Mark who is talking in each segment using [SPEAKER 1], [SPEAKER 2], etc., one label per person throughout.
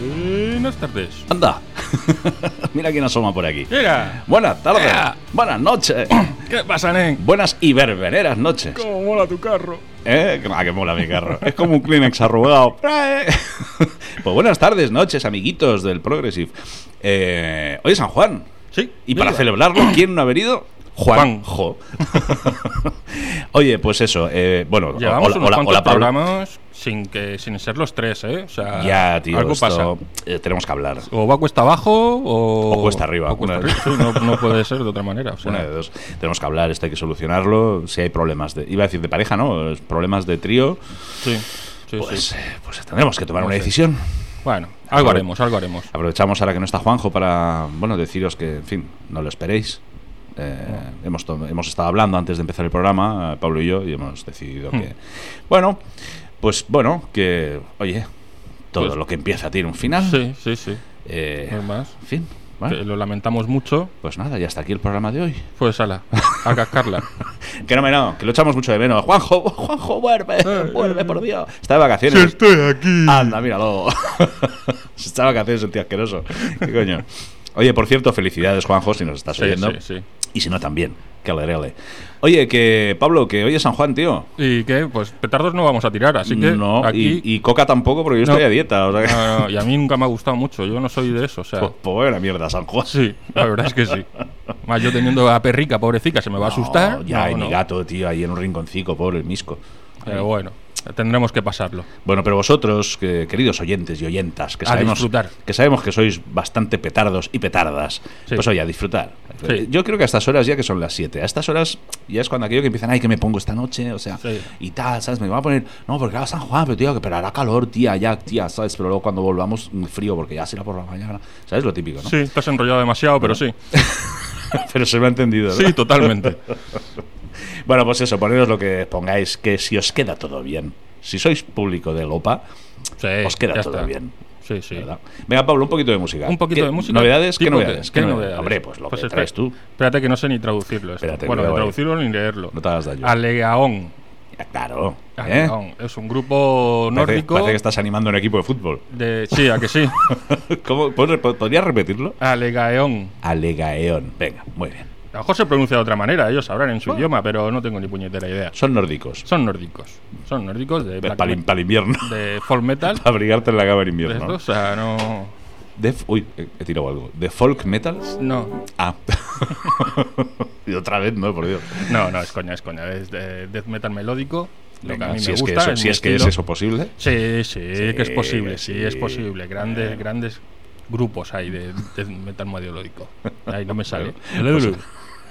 [SPEAKER 1] Buenas tardes.
[SPEAKER 2] Anda. Mira quién asoma por aquí.
[SPEAKER 1] Mira.
[SPEAKER 2] Buenas tardes.
[SPEAKER 1] Ea.
[SPEAKER 2] Buenas noches.
[SPEAKER 1] ¿Qué pasa, Nen?
[SPEAKER 2] Buenas y verbeneras noches.
[SPEAKER 1] ¿Cómo mola tu carro?
[SPEAKER 2] ¿Eh? Ah, que mola mi carro. Es como un Kleenex arrugado. Eh. Pues buenas tardes, noches, amiguitos del Progressive. Eh, hoy es San Juan.
[SPEAKER 1] Sí.
[SPEAKER 2] Y para
[SPEAKER 1] viva.
[SPEAKER 2] celebrarlo, ¿quién no ha venido?
[SPEAKER 1] Juan.
[SPEAKER 2] Jo. Oye, pues eso. eh, bueno,
[SPEAKER 1] Llevamos
[SPEAKER 2] hola,
[SPEAKER 1] unos
[SPEAKER 2] hola,
[SPEAKER 1] cuantos
[SPEAKER 2] hola, Pablo.
[SPEAKER 1] programas sin, que, sin ser los tres, ¿eh? O sea,
[SPEAKER 2] Ya, tío,
[SPEAKER 1] algo
[SPEAKER 2] esto,
[SPEAKER 1] pasa.
[SPEAKER 2] eh, tenemos que hablar.
[SPEAKER 1] O va cuesta abajo o...
[SPEAKER 2] O cuesta arriba,
[SPEAKER 1] o cuesta
[SPEAKER 2] una de-
[SPEAKER 1] arriba. Sí, no, no puede ser de otra manera. O sea,
[SPEAKER 2] Una de dos. Tenemos que hablar, esto hay que solucionarlo. Si hay problemas de. Iba a decir de pareja, ¿no? Problemas de trío.
[SPEAKER 1] sí, sí,
[SPEAKER 2] Pues,
[SPEAKER 1] sí.
[SPEAKER 2] eh, pues tendremos que tomar
[SPEAKER 1] No
[SPEAKER 2] una
[SPEAKER 1] sé.
[SPEAKER 2] decisión.
[SPEAKER 1] Bueno, algo haremos, algo haremos.
[SPEAKER 2] Aprovechamos ahora que no está Juanjo para, bueno, deciros que, en fin, no lo esperéis. Eh, hemos, to- hemos estado hablando antes de empezar el programa, eh, Pablo y yo, y hemos decidido
[SPEAKER 1] Hmm.
[SPEAKER 2] que... Bueno, pues bueno, que, oye, todo
[SPEAKER 1] Pues-
[SPEAKER 2] lo que empieza tiene un final.
[SPEAKER 1] Sí, sí, sí.
[SPEAKER 2] Eh,
[SPEAKER 1] No hay más.
[SPEAKER 2] en fin, bueno,
[SPEAKER 1] Que lo lamentamos mucho.
[SPEAKER 2] pues nada, ya hasta aquí el programa de hoy.
[SPEAKER 1] Pues ala, a cascarla.
[SPEAKER 2] Que no me no, que lo echamos mucho de menos. Juanjo, Juanjo,
[SPEAKER 1] Eh,
[SPEAKER 2] vuelve, vuelve, por Dios. Está de vacaciones.
[SPEAKER 1] estoy aquí.
[SPEAKER 2] Anda, míralo. Se está de vacaciones el tío asqueroso. ¿Qué coño? Oye, por cierto, felicidades, Juanjo, si nos estás
[SPEAKER 1] Sí,
[SPEAKER 2] oyendo.
[SPEAKER 1] sí, sí.
[SPEAKER 2] Y si no, también. Que alegre, ole. Oye, que Pablo, que hoy es San Juan, tío.
[SPEAKER 1] ¿Y qué? Pues petardos no vamos a tirar, así que
[SPEAKER 2] no,
[SPEAKER 1] aquí...
[SPEAKER 2] y, y coca tampoco, porque yo
[SPEAKER 1] No. Ah,
[SPEAKER 2] estoy a dieta. O sea que...
[SPEAKER 1] No, no, y a mí nunca me ha gustado mucho, yo no soy de eso, o sea...
[SPEAKER 2] Pues pobre mierda, San Juan.
[SPEAKER 1] Sí, la verdad es que sí. Más yo teniendo a perrica, pobrecita, se me va a asustar.
[SPEAKER 2] No, ya,
[SPEAKER 1] No,
[SPEAKER 2] y
[SPEAKER 1] no.
[SPEAKER 2] mi gato, tío, ahí en un rinconcito, pobre el misco.
[SPEAKER 1] Pero bueno, tendremos que pasarlo.
[SPEAKER 2] Bueno, pero vosotros, que- queridos oyentes y oyentas, que
[SPEAKER 1] A
[SPEAKER 2] sabemos,
[SPEAKER 1] disfrutar.
[SPEAKER 2] que sabemos que sois bastante petardos y petardas,
[SPEAKER 1] Sí.
[SPEAKER 2] pues oye, a disfrutar.
[SPEAKER 1] Sí.
[SPEAKER 2] Yo creo que a estas horas, ya que son las 7, a estas horas ya es cuando aquello que empiezan, ay, que me pongo esta noche, o sea,
[SPEAKER 1] Sí.
[SPEAKER 2] y tal, ¿sabes? Me voy a poner, no, porque claro, San Juan, pero tío, que pero hará calor, tía, ya, tía, ¿sabes? Pero luego cuando volvamos, mm, frío, porque ya será por la mañana, ¿sabes? Lo típico, ¿no?
[SPEAKER 1] Sí, estás enrollado demasiado, pero sí.
[SPEAKER 2] pero se me ha entendido, ¿no?
[SPEAKER 1] Sí, totalmente.
[SPEAKER 2] Bueno, pues eso, poneros lo que pongáis, que si os queda todo bien, si sois público de Lopa,
[SPEAKER 1] Sí,
[SPEAKER 2] os queda
[SPEAKER 1] ya
[SPEAKER 2] todo
[SPEAKER 1] está.
[SPEAKER 2] bien.
[SPEAKER 1] Sí, sí.
[SPEAKER 2] ¿verdad? Venga, Pablo, un poquito de música.
[SPEAKER 1] Un poquito
[SPEAKER 2] ¿Qué-
[SPEAKER 1] de música.
[SPEAKER 2] ¿Novedades? ¿Qué
[SPEAKER 1] Tipo que-
[SPEAKER 2] novedades? ¿Qué novedades? Hombre, pues lo que
[SPEAKER 1] espera-
[SPEAKER 2] traes tú.
[SPEAKER 1] Espérate que no sé ni traducirlo. esto.
[SPEAKER 2] Espérate,
[SPEAKER 1] bueno, ni
[SPEAKER 2] cuidado ahí.
[SPEAKER 1] traducirlo ni leerlo.
[SPEAKER 2] No te hagas daño.
[SPEAKER 1] Alegaón.
[SPEAKER 2] Ah, Claro. ¿eh?
[SPEAKER 1] Alegaón. Es un grupo
[SPEAKER 2] Parece,
[SPEAKER 1] nórdico.
[SPEAKER 2] parece que estás animando un equipo de fútbol.
[SPEAKER 1] de... Sí, a que sí.
[SPEAKER 2] ¿Cómo? ¿Puedes rep- ¿Podrías repetirlo?
[SPEAKER 1] Alegaón.
[SPEAKER 2] Alegaeón. Venga, muy bien.
[SPEAKER 1] A lo mejor se pronuncia de otra manera, ellos sabrán en su idioma, pero no tengo ni puñetera idea.
[SPEAKER 2] Son nórdicos.
[SPEAKER 1] Son nórdicos. Son nórdicos de,
[SPEAKER 2] Para
[SPEAKER 1] black
[SPEAKER 2] el, para el invierno.
[SPEAKER 1] met- de folk metal.
[SPEAKER 2] Para abrigarte en la cama en
[SPEAKER 1] de esto,
[SPEAKER 2] invierno.
[SPEAKER 1] o sea, no.
[SPEAKER 2] De, uy, he he tirado algo. ¿De folk metal?
[SPEAKER 1] No,
[SPEAKER 2] Ah. y otra vez, no, por Dios.
[SPEAKER 1] no, no, es coña, es coña. Es de death metal melódico. Lo que
[SPEAKER 2] Venga,
[SPEAKER 1] a mí
[SPEAKER 2] si
[SPEAKER 1] me
[SPEAKER 2] es
[SPEAKER 1] gusta.
[SPEAKER 2] que, eso,
[SPEAKER 1] es
[SPEAKER 2] si
[SPEAKER 1] mi
[SPEAKER 2] es, que es
[SPEAKER 1] estilo.
[SPEAKER 2] eso posible.
[SPEAKER 1] Sí, sí,
[SPEAKER 2] Sí,
[SPEAKER 1] que es posible, sí,
[SPEAKER 2] sí.
[SPEAKER 1] es posible. Grandes, grandes grupos hay de death metal melódico. Ahí no me sale.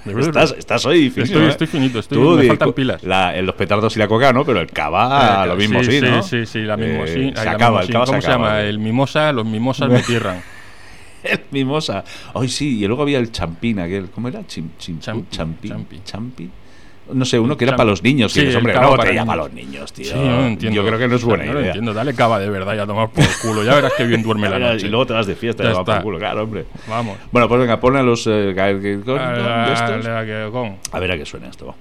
[SPEAKER 2] Estás, estás hoy finito.
[SPEAKER 1] Estoy-
[SPEAKER 2] ¿eh?
[SPEAKER 1] estoy finito, estoy-
[SPEAKER 2] Tú,
[SPEAKER 1] me
[SPEAKER 2] de-
[SPEAKER 1] faltan
[SPEAKER 2] co-
[SPEAKER 1] pilas.
[SPEAKER 2] la- en los petardos y la coca, ¿no? Pero el cava,
[SPEAKER 1] Ah,
[SPEAKER 2] lo mismo
[SPEAKER 1] sí,
[SPEAKER 2] sí, ¿no?
[SPEAKER 1] Sí, sí, la mismo
[SPEAKER 2] Eh,
[SPEAKER 1] sí. Ahí
[SPEAKER 2] Se
[SPEAKER 1] la mismo
[SPEAKER 2] acaba, el
[SPEAKER 1] sí.
[SPEAKER 2] cava se
[SPEAKER 1] ¿Cómo se
[SPEAKER 2] acaba.
[SPEAKER 1] llama? El mimosa, los mimosas me tierran.
[SPEAKER 2] El mimosa. Hoy sí, y luego había el champín aquel. ¿Cómo era? Chim, chim,
[SPEAKER 1] Champi,
[SPEAKER 2] champi,
[SPEAKER 1] champi.
[SPEAKER 2] champi. No sé, uno que era
[SPEAKER 1] Champi.
[SPEAKER 2] para los niños.
[SPEAKER 1] Sí,
[SPEAKER 2] y dices,
[SPEAKER 1] el
[SPEAKER 2] hombre,
[SPEAKER 1] cava
[SPEAKER 2] no,
[SPEAKER 1] para
[SPEAKER 2] te llama a
[SPEAKER 1] niños.
[SPEAKER 2] los niños, tío.
[SPEAKER 1] Sí, no lo entiendo.
[SPEAKER 2] Yo creo que no es buena
[SPEAKER 1] O sea, No lo
[SPEAKER 2] idea.
[SPEAKER 1] entiendo, dale cava de verdad ya a tomar por culo. Ya verás que bien duerme la
[SPEAKER 2] Ahora,
[SPEAKER 1] noche.
[SPEAKER 2] Y luego te vas de fiesta,
[SPEAKER 1] Ya
[SPEAKER 2] te va por
[SPEAKER 1] está.
[SPEAKER 2] culo, claro, hombre.
[SPEAKER 1] Vamos.
[SPEAKER 2] Bueno, pues venga, pon a los. eh, ga- ga- con- de estos.
[SPEAKER 1] Ala, que con.
[SPEAKER 2] A ver a qué suena esto. va.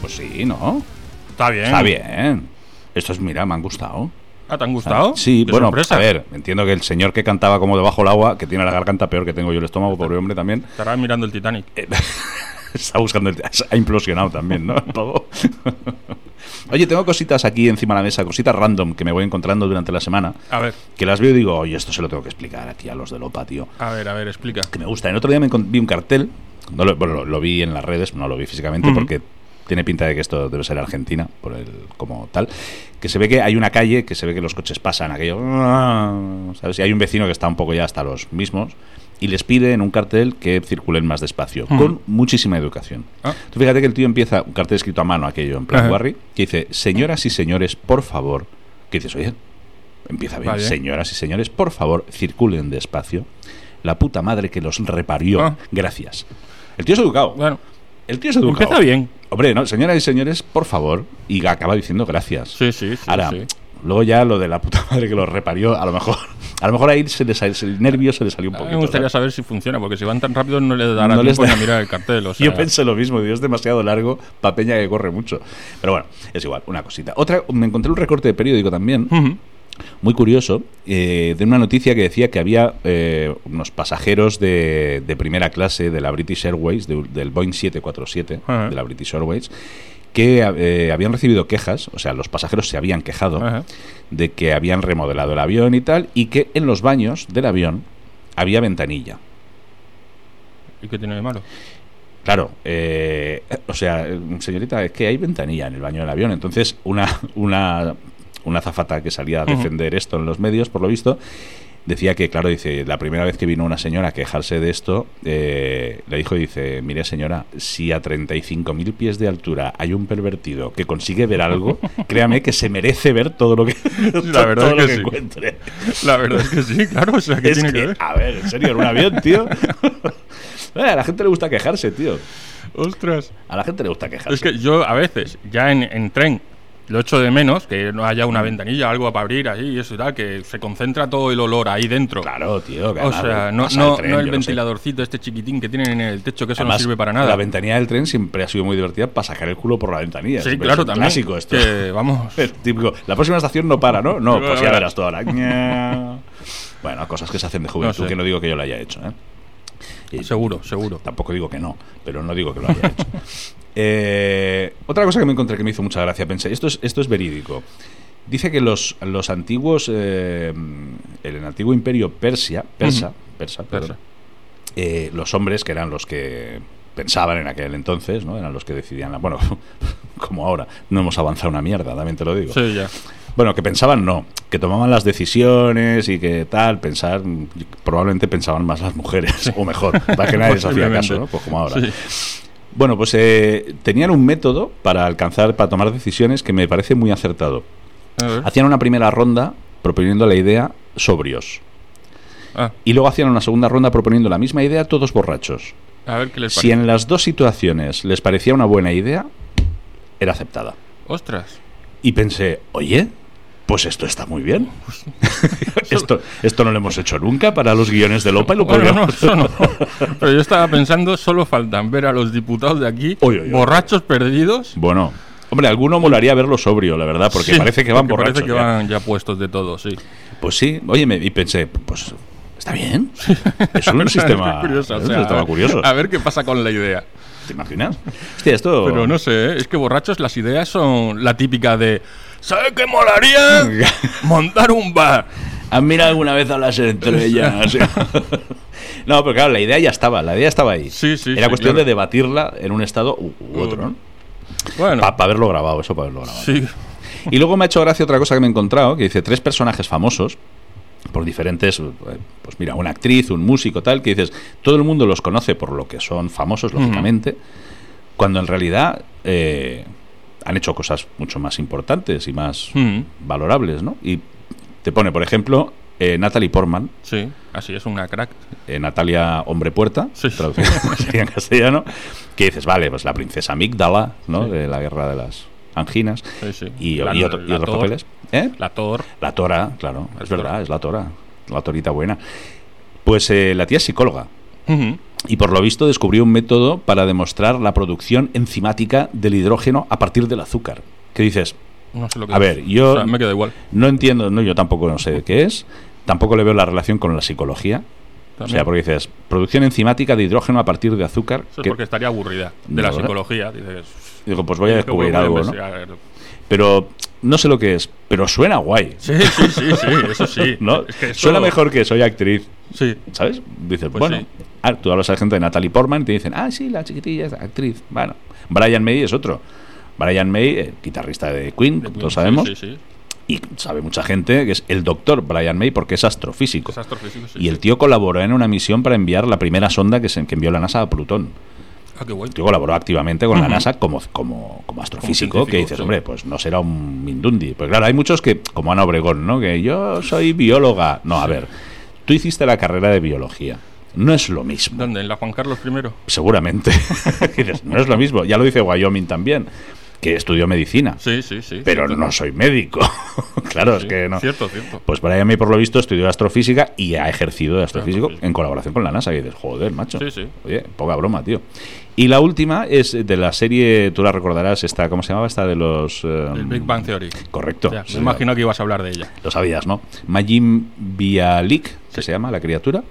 [SPEAKER 2] Pues, No,
[SPEAKER 1] Está bien.
[SPEAKER 2] está bien. Esto es, mira, me han gustado.
[SPEAKER 1] Ah, ¿te han gustado?
[SPEAKER 2] Sí,
[SPEAKER 1] Qué
[SPEAKER 2] bueno,
[SPEAKER 1] sorpresa.
[SPEAKER 2] a ver, entiendo que el señor que cantaba como debajo del agua, que tiene la garganta peor que tengo yo el estómago, pobre hombre también, eh,
[SPEAKER 1] Estarás mirando el Titanic.
[SPEAKER 2] está buscando el- ha implosionado también, ¿no? El pavo. Oye, tengo cositas aquí encima de la mesa, cositas random que me voy encontrando durante la semana,
[SPEAKER 1] A ver,
[SPEAKER 2] que las veo y digo, oye, esto se lo tengo que explicar aquí a los de Lopa, tío.
[SPEAKER 1] a ver, a ver, explica.
[SPEAKER 2] que me gusta. El otro día me encon- vi un cartel, no lo, bueno, lo, lo vi en las redes, no lo vi físicamente
[SPEAKER 1] Ujú.
[SPEAKER 2] porque tiene pinta de que esto debe ser Argentina, por el, como tal, que se ve que hay una calle, que se ve que los coches pasan, aquello, ¿sabes? Y hay un vecino que está un poco ya hasta los mismos y les pide en un cartel que circulen más despacio,
[SPEAKER 1] Ujú.
[SPEAKER 2] con muchísima educación.
[SPEAKER 1] Ah.
[SPEAKER 2] Tú fíjate que el tío empieza, un cartel escrito a mano, aquello, en plan
[SPEAKER 1] Ajá.
[SPEAKER 2] Warry, que dice, señoras y señores, por favor, que dices, oye, empieza bien,
[SPEAKER 1] Vale.
[SPEAKER 2] señoras y señores, por favor, circulen despacio. La puta madre que los reparió.
[SPEAKER 1] Ah.
[SPEAKER 2] Gracias. El tío es educado.
[SPEAKER 1] Bueno,
[SPEAKER 2] El tío es educado.
[SPEAKER 1] empieza bien.
[SPEAKER 2] Hombre, no, señoras y señores, por favor. Y acaba diciendo gracias.
[SPEAKER 1] Sí, sí, sí.
[SPEAKER 2] Ahora,
[SPEAKER 1] sí.
[SPEAKER 2] luego ya lo de la puta madre que los reparió, a lo mejor, a lo mejor ahí se les, el nervio se le salió un
[SPEAKER 1] A mí
[SPEAKER 2] poquito.
[SPEAKER 1] me gustaría
[SPEAKER 2] ¿sabes?
[SPEAKER 1] saber si funciona, porque si van tan rápido no les dará
[SPEAKER 2] No les
[SPEAKER 1] tiempo ni
[SPEAKER 2] da-
[SPEAKER 1] a mirar el cartel. O sea,
[SPEAKER 2] Yo pensé lo mismo, digo, es demasiado largo para Peña que corre mucho. Pero bueno, es igual, una cosita. Otra, me encontré un recorte de periódico también,
[SPEAKER 1] Ujú.
[SPEAKER 2] muy curioso, eh, de una noticia que decía que había eh, unos pasajeros de, de primera clase de la British Airways, de- del Boeing 747
[SPEAKER 1] Ajá.
[SPEAKER 2] de la British Airways, que eh, habían recibido quejas, o sea, los pasajeros se habían quejado
[SPEAKER 1] Ajá.
[SPEAKER 2] de que habían remodelado el avión y tal, y que en los baños del avión había ventanilla.
[SPEAKER 1] ¿Y qué tiene de malo?
[SPEAKER 2] Claro, eh, o sea, eh, señorita, es que hay ventanilla en el baño del avión. Entonces, una, una, una azafata que salía a
[SPEAKER 1] Ujú.
[SPEAKER 2] defender esto en los medios, por lo visto, decía que, claro, dice, la primera vez que vino una señora a quejarse de esto, eh, le dijo, dice, mire señora, si a 35.000 pies de altura hay un pervertido que consigue ver algo, créame que se merece ver todo lo que,
[SPEAKER 1] La verdad
[SPEAKER 2] todo
[SPEAKER 1] es
[SPEAKER 2] lo
[SPEAKER 1] que sí.
[SPEAKER 2] encuentre.
[SPEAKER 1] La verdad es que sí, claro. O sea, ¿qué
[SPEAKER 2] Es
[SPEAKER 1] tiene
[SPEAKER 2] que,
[SPEAKER 1] que ver?
[SPEAKER 2] a ver, en serio, en un avión, tío. Eh, a la gente le gusta quejarse, tío.
[SPEAKER 1] Ostras.
[SPEAKER 2] A la gente le gusta quejarse.
[SPEAKER 1] Es que yo a veces, ya en, en tren, lo echo de menos, que no haya
[SPEAKER 2] Mm.
[SPEAKER 1] una ventanilla, algo para abrir ahí y eso y tal, que se concentra todo el olor ahí dentro.
[SPEAKER 2] Claro, tío. que
[SPEAKER 1] O
[SPEAKER 2] además
[SPEAKER 1] sea, no,
[SPEAKER 2] pasa
[SPEAKER 1] no-
[SPEAKER 2] tren,
[SPEAKER 1] no
[SPEAKER 2] yo
[SPEAKER 1] el
[SPEAKER 2] sé.
[SPEAKER 1] ventiladorcito este chiquitín que tienen en el techo, que eso
[SPEAKER 2] Además,
[SPEAKER 1] no sirve para nada.
[SPEAKER 2] La ventanilla del tren siempre ha sido muy divertida para sacar el culo por la ventanilla.
[SPEAKER 1] sí,
[SPEAKER 2] Siempre
[SPEAKER 1] claro,
[SPEAKER 2] es un
[SPEAKER 1] también.
[SPEAKER 2] clásico esto.
[SPEAKER 1] Que, vamos.
[SPEAKER 2] Es típico. La próxima estación no para, ¿no? No,
[SPEAKER 1] Pero
[SPEAKER 2] pues
[SPEAKER 1] la verdad.
[SPEAKER 2] ya verás toda la. bueno, cosas que se hacen de juventud,
[SPEAKER 1] No sé.
[SPEAKER 2] que no digo que yo lo haya hecho, ¿eh? Y
[SPEAKER 1] Seguro, seguro.
[SPEAKER 2] Tampoco digo que no, pero no digo que lo haya hecho. Eh, otra cosa que me encontré que me hizo mucha gracia, pensé, esto es, esto es verídico. Dice que los, los antiguos, eh, el antiguo imperio Persia, persa,
[SPEAKER 1] Ujú.
[SPEAKER 2] persa, perdón, eh, los hombres que eran los que pensaban en aquel entonces, ¿no? Eran los que decidían, la- bueno, como ahora, no hemos avanzado una mierda, también te lo digo.
[SPEAKER 1] Sí, ya.
[SPEAKER 2] Bueno, que pensaban no, que tomaban las decisiones y que tal, pensar, mm, probablemente pensaban más las mujeres, o mejor, para que nadie les hacía
[SPEAKER 1] Posiblemente.
[SPEAKER 2] caso, ¿no? Pues como ahora.
[SPEAKER 1] Sí.
[SPEAKER 2] Bueno, pues eh, tenían un método para alcanzar, para tomar decisiones que me parece muy acertado.
[SPEAKER 1] A ver.
[SPEAKER 2] Hacían una primera ronda proponiendo la idea sobrios.
[SPEAKER 1] Ah,
[SPEAKER 2] Y luego hacían una segunda ronda proponiendo la misma idea todos borrachos.
[SPEAKER 1] a ver qué les
[SPEAKER 2] Si
[SPEAKER 1] parece.
[SPEAKER 2] en las dos situaciones les parecía una buena idea, era aceptada.
[SPEAKER 1] Ostras.
[SPEAKER 2] Y pensé, oye, pues esto está muy bien. esto, esto no lo hemos hecho nunca para los guiones de Lopa y lo
[SPEAKER 1] Bueno, no,
[SPEAKER 2] podríamos-
[SPEAKER 1] eso no. Pero yo estaba pensando, solo faltan ver a los diputados de aquí
[SPEAKER 2] Oy, oy, oy.
[SPEAKER 1] borrachos perdidos.
[SPEAKER 2] Bueno, hombre, alguno molaría verlo sobrio, la verdad, porque
[SPEAKER 1] Sí,
[SPEAKER 2] parece que van
[SPEAKER 1] porque
[SPEAKER 2] borrachos.
[SPEAKER 1] Parece que
[SPEAKER 2] ya.
[SPEAKER 1] van ya puestos de todo, sí.
[SPEAKER 2] Pues sí, oye, me- y pensé, pues está bien. Es un
[SPEAKER 1] Qué
[SPEAKER 2] sistema,
[SPEAKER 1] curioso,
[SPEAKER 2] es
[SPEAKER 1] o
[SPEAKER 2] un
[SPEAKER 1] sea,
[SPEAKER 2] sistema curioso.
[SPEAKER 1] A ver qué pasa con la idea.
[SPEAKER 2] ¿Te imaginas? Hostia, esto.
[SPEAKER 1] Pero no sé, ¿eh? es que borrachos las ideas son la típica de. ¿Sabes qué molaría? Montar un bar.
[SPEAKER 2] ¿Has mirado alguna vez a las estrellas? no, pero claro, la idea ya estaba, la idea estaba ahí.
[SPEAKER 1] Sí, sí,
[SPEAKER 2] Era
[SPEAKER 1] sí,
[SPEAKER 2] cuestión
[SPEAKER 1] claro.
[SPEAKER 2] de debatirla en un estado u, u otro, ¿no?
[SPEAKER 1] Bueno,
[SPEAKER 2] Para haberlo grabado, eso para haberlo grabado.
[SPEAKER 1] sí.
[SPEAKER 2] Y luego me ha hecho gracia otra cosa que me he encontrado, que dice tres personajes famosos por diferentes, eh, pues mira, una actriz, un músico, tal, que dices, todo el mundo los conoce por lo que son famosos,
[SPEAKER 1] Ujú.
[SPEAKER 2] lógicamente, cuando en realidad eh, han hecho cosas mucho más importantes y más
[SPEAKER 1] Mm,
[SPEAKER 2] valorables, ¿no? Y te pone, por ejemplo, eh, Natalie Portman,
[SPEAKER 1] sí, así es una crack.
[SPEAKER 2] eh, Natalia Hombre Puerta,
[SPEAKER 1] Sí.
[SPEAKER 2] traducido como sería en castellano, que dices, vale, pues la princesa Amígdala, ¿no?
[SPEAKER 1] Sí.
[SPEAKER 2] De la guerra de las anginas
[SPEAKER 1] Sí, sí.
[SPEAKER 2] y,
[SPEAKER 1] La-
[SPEAKER 2] y otro- y
[SPEAKER 1] la
[SPEAKER 2] otros
[SPEAKER 1] Thor,
[SPEAKER 2] papeles. ¿Eh?
[SPEAKER 1] La Thor.
[SPEAKER 2] La tora, claro,
[SPEAKER 1] La
[SPEAKER 2] es
[SPEAKER 1] tora.
[SPEAKER 2] verdad, es la tora, la torita buena. Pues eh, la tía es psicóloga.
[SPEAKER 1] Ujú.
[SPEAKER 2] y por lo visto descubrió un método para demostrar la producción enzimática del hidrógeno a partir del azúcar. ¿Qué dices?
[SPEAKER 1] No sé lo que
[SPEAKER 2] A
[SPEAKER 1] es.
[SPEAKER 2] ver, yo-
[SPEAKER 1] O sea, me queda igual.
[SPEAKER 2] No entiendo, no, yo tampoco no sé qué es, tampoco le veo la relación con la psicología. O
[SPEAKER 1] También.
[SPEAKER 2] sea, porque dices, producción enzimática de hidrógeno a partir de azúcar.
[SPEAKER 1] Eso es
[SPEAKER 2] que-
[SPEAKER 1] porque estaría aburrida de
[SPEAKER 2] No,
[SPEAKER 1] la
[SPEAKER 2] ¿verdad?
[SPEAKER 1] psicología. Dices,
[SPEAKER 2] digo, pues voy a
[SPEAKER 1] "Es que voy-
[SPEAKER 2] descubrir
[SPEAKER 1] voy a
[SPEAKER 2] algo, ¿no?
[SPEAKER 1] investigar".
[SPEAKER 2] Pero no sé lo que es, pero suena guay.
[SPEAKER 1] Sí, sí, sí, sí, eso sí.
[SPEAKER 2] ¿no?
[SPEAKER 1] Es que esto-
[SPEAKER 2] Suena mejor que soy actriz,
[SPEAKER 1] Sí,
[SPEAKER 2] ¿sabes? Dices,
[SPEAKER 1] Pues
[SPEAKER 2] bueno,
[SPEAKER 1] sí.
[SPEAKER 2] ah, tú hablas a la gente de Natalie Portman y te dicen, ah, sí, la chiquitilla es actriz. Bueno, Brian May es otro. Brian May, eh, guitarrista de Queen,
[SPEAKER 1] de
[SPEAKER 2] como
[SPEAKER 1] Queen,
[SPEAKER 2] todos
[SPEAKER 1] sí,
[SPEAKER 2] sabemos,
[SPEAKER 1] Sí, sí,
[SPEAKER 2] y sabe mucha gente que es el doctor Brian May porque es astrofísico.
[SPEAKER 1] Cosas astrofísicas, sí,
[SPEAKER 2] Y el
[SPEAKER 1] sí.
[SPEAKER 2] tío colaboró en una misión para enviar la primera sonda que, se, que envió la NASA a Plutón.
[SPEAKER 1] Ah, qué guay.
[SPEAKER 2] El tío colaboró activamente con la
[SPEAKER 1] Ujú.
[SPEAKER 2] NASA como, como, como astrofísico,
[SPEAKER 1] Como científico,
[SPEAKER 2] que dices,
[SPEAKER 1] sí.
[SPEAKER 2] hombre, pues no será un Mindundi. Pues claro, hay muchos que, como Ana Obregón, ¿no? Que yo soy bióloga. No, a ver, tú hiciste la carrera de biología. No es lo mismo,
[SPEAKER 1] ¿Dónde? ¿En la Juan Carlos I?
[SPEAKER 2] seguramente. dices, no es lo mismo. Ya lo dice Wyoming también, que estudió medicina.
[SPEAKER 1] Sí, sí, sí.
[SPEAKER 2] Pero no soy médico. claro, es
[SPEAKER 1] Sí,
[SPEAKER 2] que no.
[SPEAKER 1] Cierto, cierto.
[SPEAKER 2] Pues Brian May, por lo visto, estudió astrofísica y ha ejercido de astrofísico
[SPEAKER 1] Astrofísico.
[SPEAKER 2] en colaboración con la NASA. Y dices, joder, macho.
[SPEAKER 1] Sí, sí.
[SPEAKER 2] Oye, poca broma, tío. Y la última es de la serie, tú la recordarás, esta, ¿cómo se llamaba? Esta de los... eh,
[SPEAKER 1] El Big Bang Theory.
[SPEAKER 2] Correcto.
[SPEAKER 1] Ya,
[SPEAKER 2] sí,
[SPEAKER 1] me imagino que ibas a hablar de ella.
[SPEAKER 2] Lo sabías, ¿no? Majim Bialik, que
[SPEAKER 1] Sí.
[SPEAKER 2] se llama la criatura,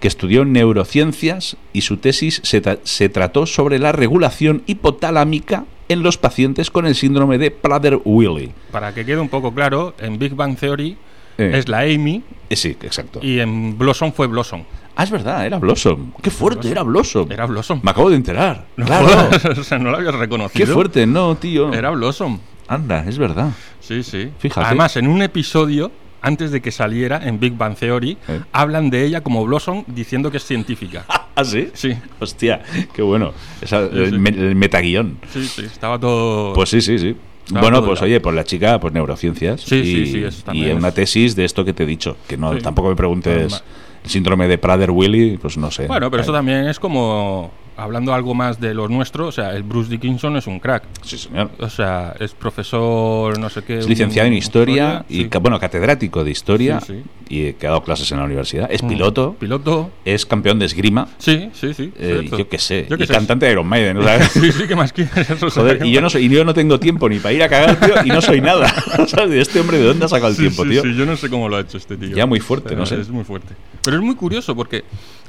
[SPEAKER 2] que estudió neurociencias y su tesis se, tra- se trató sobre la regulación hipotalámica en los pacientes con el síndrome de Prader-Willi.
[SPEAKER 1] Para que quede un poco claro, en Big Bang Theory
[SPEAKER 2] Eh.
[SPEAKER 1] es la Amy
[SPEAKER 2] Eh, Sí, exacto.
[SPEAKER 1] y en Blossom fue Blossom.
[SPEAKER 2] Ah, es verdad, era Blossom. Qué fuerte,
[SPEAKER 1] Blossom.
[SPEAKER 2] era Blossom.
[SPEAKER 1] Era Blossom.
[SPEAKER 2] Me acabo de enterar.
[SPEAKER 1] No,
[SPEAKER 2] claro.
[SPEAKER 1] o sea, no lo habías reconocido.
[SPEAKER 2] Qué fuerte, no, tío.
[SPEAKER 1] Era Blossom.
[SPEAKER 2] Anda, es verdad.
[SPEAKER 1] Sí, sí.
[SPEAKER 2] Fíjate.
[SPEAKER 1] Además, en un episodio, antes de que saliera en Big Bang Theory,
[SPEAKER 2] Eh.
[SPEAKER 1] hablan de ella como Blossom diciendo que es científica.
[SPEAKER 2] ¿Ah, sí?
[SPEAKER 1] Sí,
[SPEAKER 2] Hostia, qué bueno. Esa- el,
[SPEAKER 1] sí.
[SPEAKER 2] me- el metaguión.
[SPEAKER 1] sí, sí. Estaba todo.
[SPEAKER 2] Pues sí, sí, sí.
[SPEAKER 1] Claro,
[SPEAKER 2] bueno,
[SPEAKER 1] todo
[SPEAKER 2] pues
[SPEAKER 1] Ah, ya.
[SPEAKER 2] oye, pues la chica, pues neurociencias.
[SPEAKER 1] Sí,
[SPEAKER 2] y,
[SPEAKER 1] sí, sí, eso también
[SPEAKER 2] y
[SPEAKER 1] es.
[SPEAKER 2] una tesis de esto que te he dicho. Que no,
[SPEAKER 1] Sí.
[SPEAKER 2] tampoco me preguntes
[SPEAKER 1] Normal.
[SPEAKER 2] el síndrome de Prader-Willi, pues no sé.
[SPEAKER 1] bueno, pero eso
[SPEAKER 2] Ahí.
[SPEAKER 1] también es como. Hablando algo más de los nuestros, o sea, el Bruce Dickinson es un crack.
[SPEAKER 2] Sí, señor.
[SPEAKER 1] O sea, es profesor, no sé qué.
[SPEAKER 2] Es
[SPEAKER 1] un-
[SPEAKER 2] licenciado en historia, y
[SPEAKER 1] sí.
[SPEAKER 2] ca- bueno, catedrático de historia
[SPEAKER 1] Sí, sí.
[SPEAKER 2] y que ha dado clases en la universidad. Es
[SPEAKER 1] Mm,
[SPEAKER 2] piloto,
[SPEAKER 1] Piloto.
[SPEAKER 2] es campeón de esgrima.
[SPEAKER 1] Sí, sí, sí.
[SPEAKER 2] Eh,
[SPEAKER 1] cierto.
[SPEAKER 2] yo qué sé.
[SPEAKER 1] Yo
[SPEAKER 2] y
[SPEAKER 1] qué sé.
[SPEAKER 2] cantante de Iron Maiden, ¿sabes?
[SPEAKER 1] Sí, sí, ¿qué más quieres? O sea,
[SPEAKER 2] Joder,
[SPEAKER 1] ¿qué
[SPEAKER 2] y yo, no
[SPEAKER 1] más?
[SPEAKER 2] soy, y yo no tengo tiempo ni para ir a cagar, tío, y no soy nada. ¿Sabes? De Este hombre, ¿de dónde ha sacado el
[SPEAKER 1] Sí,
[SPEAKER 2] tiempo,
[SPEAKER 1] sí,
[SPEAKER 2] tío?
[SPEAKER 1] sí, yo no sé cómo lo ha hecho este tío.
[SPEAKER 2] Ya muy fuerte, no sé.
[SPEAKER 1] Es muy fuerte. Pero es muy curioso porque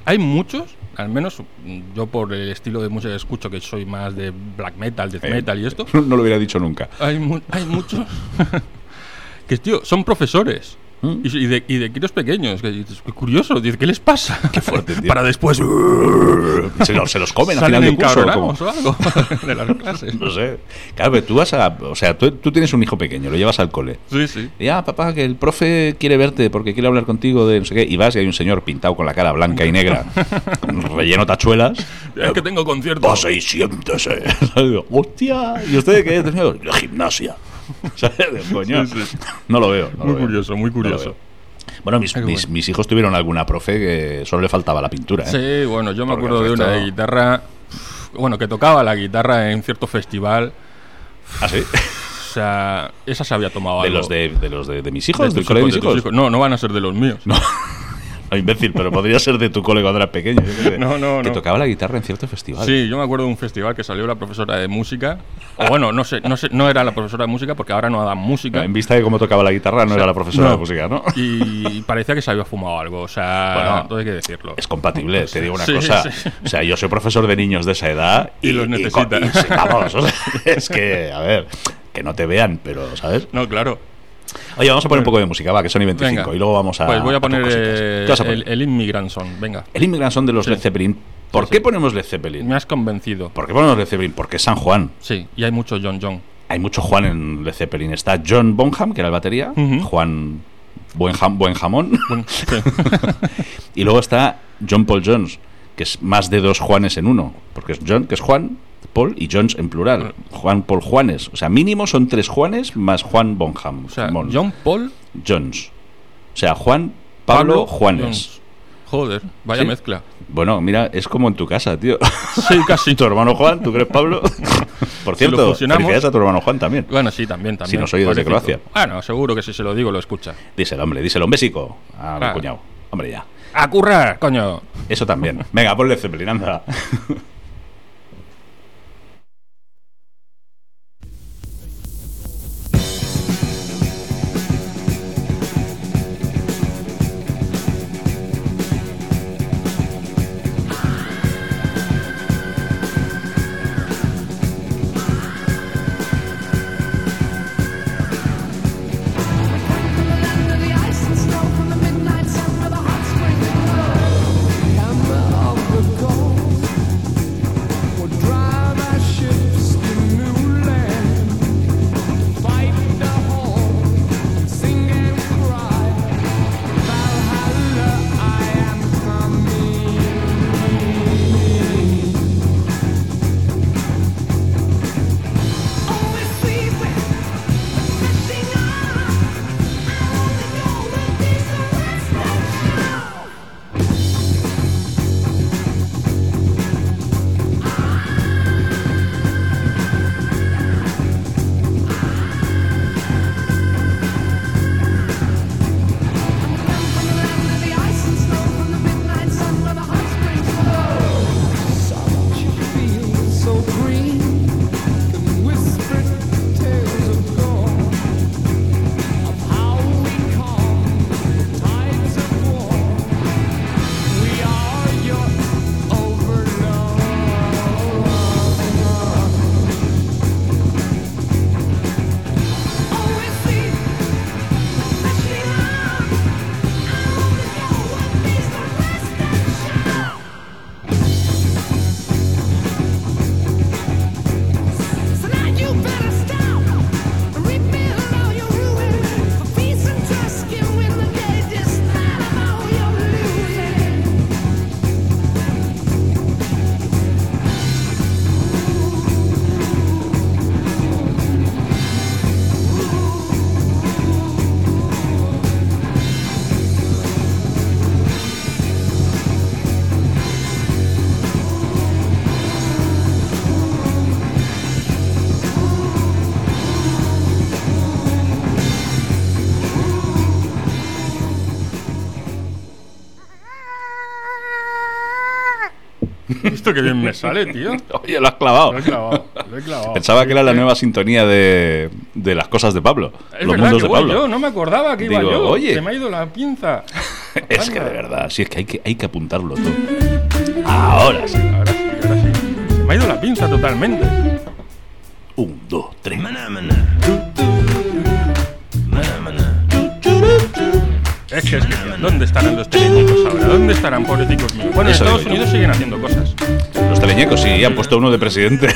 [SPEAKER 1] hay muchos, al menos mm, yo por el estilo de música que escucho, que soy más de black metal, death
[SPEAKER 2] Eh,
[SPEAKER 1] metal y esto,
[SPEAKER 2] No lo hubiera dicho nunca.
[SPEAKER 1] hay, mu- hay muchos que, tío, son profesores.
[SPEAKER 2] Mm.
[SPEAKER 1] Y, y de, y de críos pequeños, que dices, "Qué curioso, dices, ¿qué les pasa? Qué
[SPEAKER 2] fuerte, tío.
[SPEAKER 1] Para después
[SPEAKER 2] Se, lo- se los comen al
[SPEAKER 1] salen
[SPEAKER 2] final de curso. ¿o cómo?
[SPEAKER 1] encabronados o algo de las clases.
[SPEAKER 2] No sé. Claro, pero tú vas a. O sea, tú, tú tienes un hijo pequeño, lo llevas al cole.
[SPEAKER 1] Sí, sí.
[SPEAKER 2] Y, ah, papá, que el profe quiere verte porque quiere hablar contigo de no sé qué. Y vas y hay un señor pintado con la cara blanca y negra, con relleno tachuelas.
[SPEAKER 1] Es que tengo concierto.
[SPEAKER 2] Pase y siéntese. Digo, Hostia. ¿Y usted qué es? señor? La gimnasia. ¿Sabes? Coño.
[SPEAKER 1] Sí, sí.
[SPEAKER 2] No lo veo. no lo
[SPEAKER 1] Muy
[SPEAKER 2] veo.
[SPEAKER 1] curioso, muy
[SPEAKER 2] No lo
[SPEAKER 1] curioso.
[SPEAKER 2] veo. Bueno, mis,
[SPEAKER 1] Ay, Ah, qué
[SPEAKER 2] mis-
[SPEAKER 1] bueno.
[SPEAKER 2] mis hijos tuvieron alguna profe que solo le faltaba la pintura. ¿eh?
[SPEAKER 1] Sí, bueno, yo me
[SPEAKER 2] Porque
[SPEAKER 1] acuerdo
[SPEAKER 2] el
[SPEAKER 1] de una
[SPEAKER 2] resto-
[SPEAKER 1] de guitarra, bueno, que tocaba la guitarra en cierto festival,
[SPEAKER 2] ¿Ah, sí?
[SPEAKER 1] o sea, esa se había tomado
[SPEAKER 2] De
[SPEAKER 1] algo.
[SPEAKER 2] los de, de los de, de mis
[SPEAKER 1] De
[SPEAKER 2] hijos, del
[SPEAKER 1] tus
[SPEAKER 2] cole de mis
[SPEAKER 1] de tus
[SPEAKER 2] hijos.
[SPEAKER 1] No, no van a ser de los míos.
[SPEAKER 2] No, imbécil, pero podría ser de tu cole cuando eras pequeño. yo qué sé.
[SPEAKER 1] No, no,
[SPEAKER 2] Que
[SPEAKER 1] no.
[SPEAKER 2] tocaba la guitarra en cierto festival.
[SPEAKER 1] Sí, yo me acuerdo de un festival que salió la profesora de música, o bueno, no sé, no sé, no era la profesora de música porque ahora no dan música.
[SPEAKER 2] En vista de cómo tocaba la guitarra, no
[SPEAKER 1] sea,
[SPEAKER 2] era la profesora
[SPEAKER 1] no.
[SPEAKER 2] de música, ¿no?
[SPEAKER 1] Y parecía que se había fumado algo, o sea,
[SPEAKER 2] Bueno,
[SPEAKER 1] todo hay que decirlo.
[SPEAKER 2] Es compatible, te digo una
[SPEAKER 1] Sí,
[SPEAKER 2] cosa.
[SPEAKER 1] sí.
[SPEAKER 2] O sea, yo soy profesor de niños de esa edad
[SPEAKER 1] Y los necesita.
[SPEAKER 2] y- sí, vamos, o sea, es que, a ver, que no te vean, pero, ¿sabes?
[SPEAKER 1] No, claro.
[SPEAKER 2] Oye, vamos a poner un poco de música, va, que son y 25,
[SPEAKER 1] Venga.
[SPEAKER 2] y luego vamos a.
[SPEAKER 1] Pues voy a poner,
[SPEAKER 2] por cositas.
[SPEAKER 1] eh,
[SPEAKER 2] ¿Qué vas a poner?
[SPEAKER 1] el, el Immigrant Song, venga.
[SPEAKER 2] El Immigrant Song de los
[SPEAKER 1] Sí.
[SPEAKER 2] Led Zeppelin. ¿Por
[SPEAKER 1] Sí,
[SPEAKER 2] qué
[SPEAKER 1] sí.
[SPEAKER 2] ponemos Led Zeppelin?
[SPEAKER 1] Me has convencido.
[SPEAKER 2] ¿Por qué ponemos Led Zeppelin? Porque es San Juan.
[SPEAKER 1] Sí, y hay mucho John John.
[SPEAKER 2] Hay mucho Juan en Led Zeppelin. Está John Bonham, que era el batería.
[SPEAKER 1] Ujú.
[SPEAKER 2] Juan buen, Jam- buen Jamón.
[SPEAKER 1] Bueno, sí.
[SPEAKER 2] Y luego está John Paul Jones, que es más de dos Juanes en uno. Porque es John, que es Juan, Paul y Jones en plural. Juan Paul Juanes. O sea, mínimo son tres Juanes más Juan Bonham.
[SPEAKER 1] O sea,
[SPEAKER 2] Mon-
[SPEAKER 1] John Paul
[SPEAKER 2] Jones. O sea, Juan Pablo, Juanes.
[SPEAKER 1] Jones. Joder, vaya
[SPEAKER 2] ¿Sí?
[SPEAKER 1] mezcla.
[SPEAKER 2] Bueno, mira, es como en tu casa, tío.
[SPEAKER 1] Sí, casi.
[SPEAKER 2] tu hermano Juan, ¿tú crees Pablo? Por
[SPEAKER 1] Si lo
[SPEAKER 2] cierto,
[SPEAKER 1] fusionamos-
[SPEAKER 2] felicidades a tu hermano Juan también.
[SPEAKER 1] Bueno, sí, también, también.
[SPEAKER 2] nos oye desde
[SPEAKER 1] pobrecito.
[SPEAKER 2] Croacia.
[SPEAKER 1] Ah, no, seguro que si se lo digo lo escucha.
[SPEAKER 2] Díselo, hombre, díselo, un besico a Ah, mi
[SPEAKER 1] Claro.
[SPEAKER 2] cuñado. Hombre, ya.
[SPEAKER 1] ¡A currar, coño!
[SPEAKER 2] Eso también. Venga, ponle Zeppelin, anda.
[SPEAKER 1] Esto que bien me sale, tío.
[SPEAKER 2] Oye, lo has clavado.
[SPEAKER 1] Lo he clavado, lo he clavado.
[SPEAKER 2] Pensaba que era la
[SPEAKER 1] Sí,
[SPEAKER 2] nueva sintonía de, de las cosas de Pablo.
[SPEAKER 1] Es
[SPEAKER 2] los
[SPEAKER 1] verdad
[SPEAKER 2] mundos
[SPEAKER 1] que
[SPEAKER 2] de
[SPEAKER 1] voy
[SPEAKER 2] Pablo.
[SPEAKER 1] yo, no me acordaba que iba
[SPEAKER 2] Digo,
[SPEAKER 1] yo.
[SPEAKER 2] oye.
[SPEAKER 1] Se me ha ido la pinza.
[SPEAKER 2] Es que de verdad, sí, es que hay que, hay que apuntarlo todo. Ahora sí.
[SPEAKER 1] Ahora sí, ahora sí. Se me ha ido la pinza totalmente.
[SPEAKER 2] Un, dos, tres.
[SPEAKER 1] Es que, es que, tío, ¿dónde estarán los teleñecos ahora? ¿Dónde estarán, pobrecicos míos? Bueno, en
[SPEAKER 2] Eso
[SPEAKER 1] Estados
[SPEAKER 2] digo yo.
[SPEAKER 1] Unidos siguen haciendo cosas.
[SPEAKER 2] Los teleñecos, sí, han puesto uno de presidente.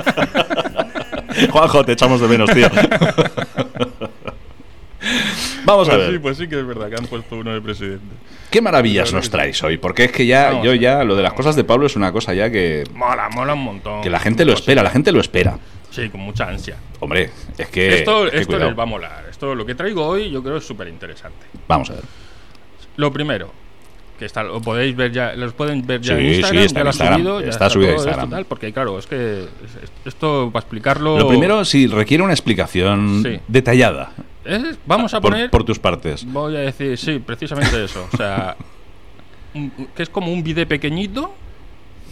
[SPEAKER 2] Juanjo, te echamos de menos, tío. Vamos a
[SPEAKER 1] Pues sí,
[SPEAKER 2] ver.
[SPEAKER 1] pues sí que es verdad que han puesto uno de presidente.
[SPEAKER 2] ¿Qué maravillas nos traéis hoy? Porque es que ya,
[SPEAKER 1] Vamos
[SPEAKER 2] yo
[SPEAKER 1] a ver.
[SPEAKER 2] ya, lo de las cosas de Pablo es una cosa ya que,
[SPEAKER 1] Mola, mola un montón.
[SPEAKER 2] que la gente lo espera, la gente lo espera.
[SPEAKER 1] Sí, con mucha ansia.
[SPEAKER 2] Hombre, es que.
[SPEAKER 1] esto
[SPEAKER 2] es que
[SPEAKER 1] esto
[SPEAKER 2] Eh, cuidado.
[SPEAKER 1] les va a molar. Esto lo que traigo hoy yo creo es súper interesante.
[SPEAKER 2] Vamos a ver.
[SPEAKER 1] Lo primero, que está, lo podéis ver ya, los pueden ver ya
[SPEAKER 2] Sí,
[SPEAKER 1] en
[SPEAKER 2] sí,
[SPEAKER 1] Instagram,
[SPEAKER 2] está
[SPEAKER 1] ya
[SPEAKER 2] en
[SPEAKER 1] lo ha subido,
[SPEAKER 2] Instagram,
[SPEAKER 1] ya
[SPEAKER 2] está subido a
[SPEAKER 1] todo esto,
[SPEAKER 2] Instagram.
[SPEAKER 1] tal, porque claro, es que es- esto para explicarlo
[SPEAKER 2] Lo primero, si requiere una explicación
[SPEAKER 1] Sí.
[SPEAKER 2] detallada
[SPEAKER 1] es- ¿Eh? vamos a
[SPEAKER 2] Ah, por,
[SPEAKER 1] poner
[SPEAKER 2] por tus partes.
[SPEAKER 1] voy a decir, sí, precisamente eso, o sea, un- que es como un bidé pequeñito,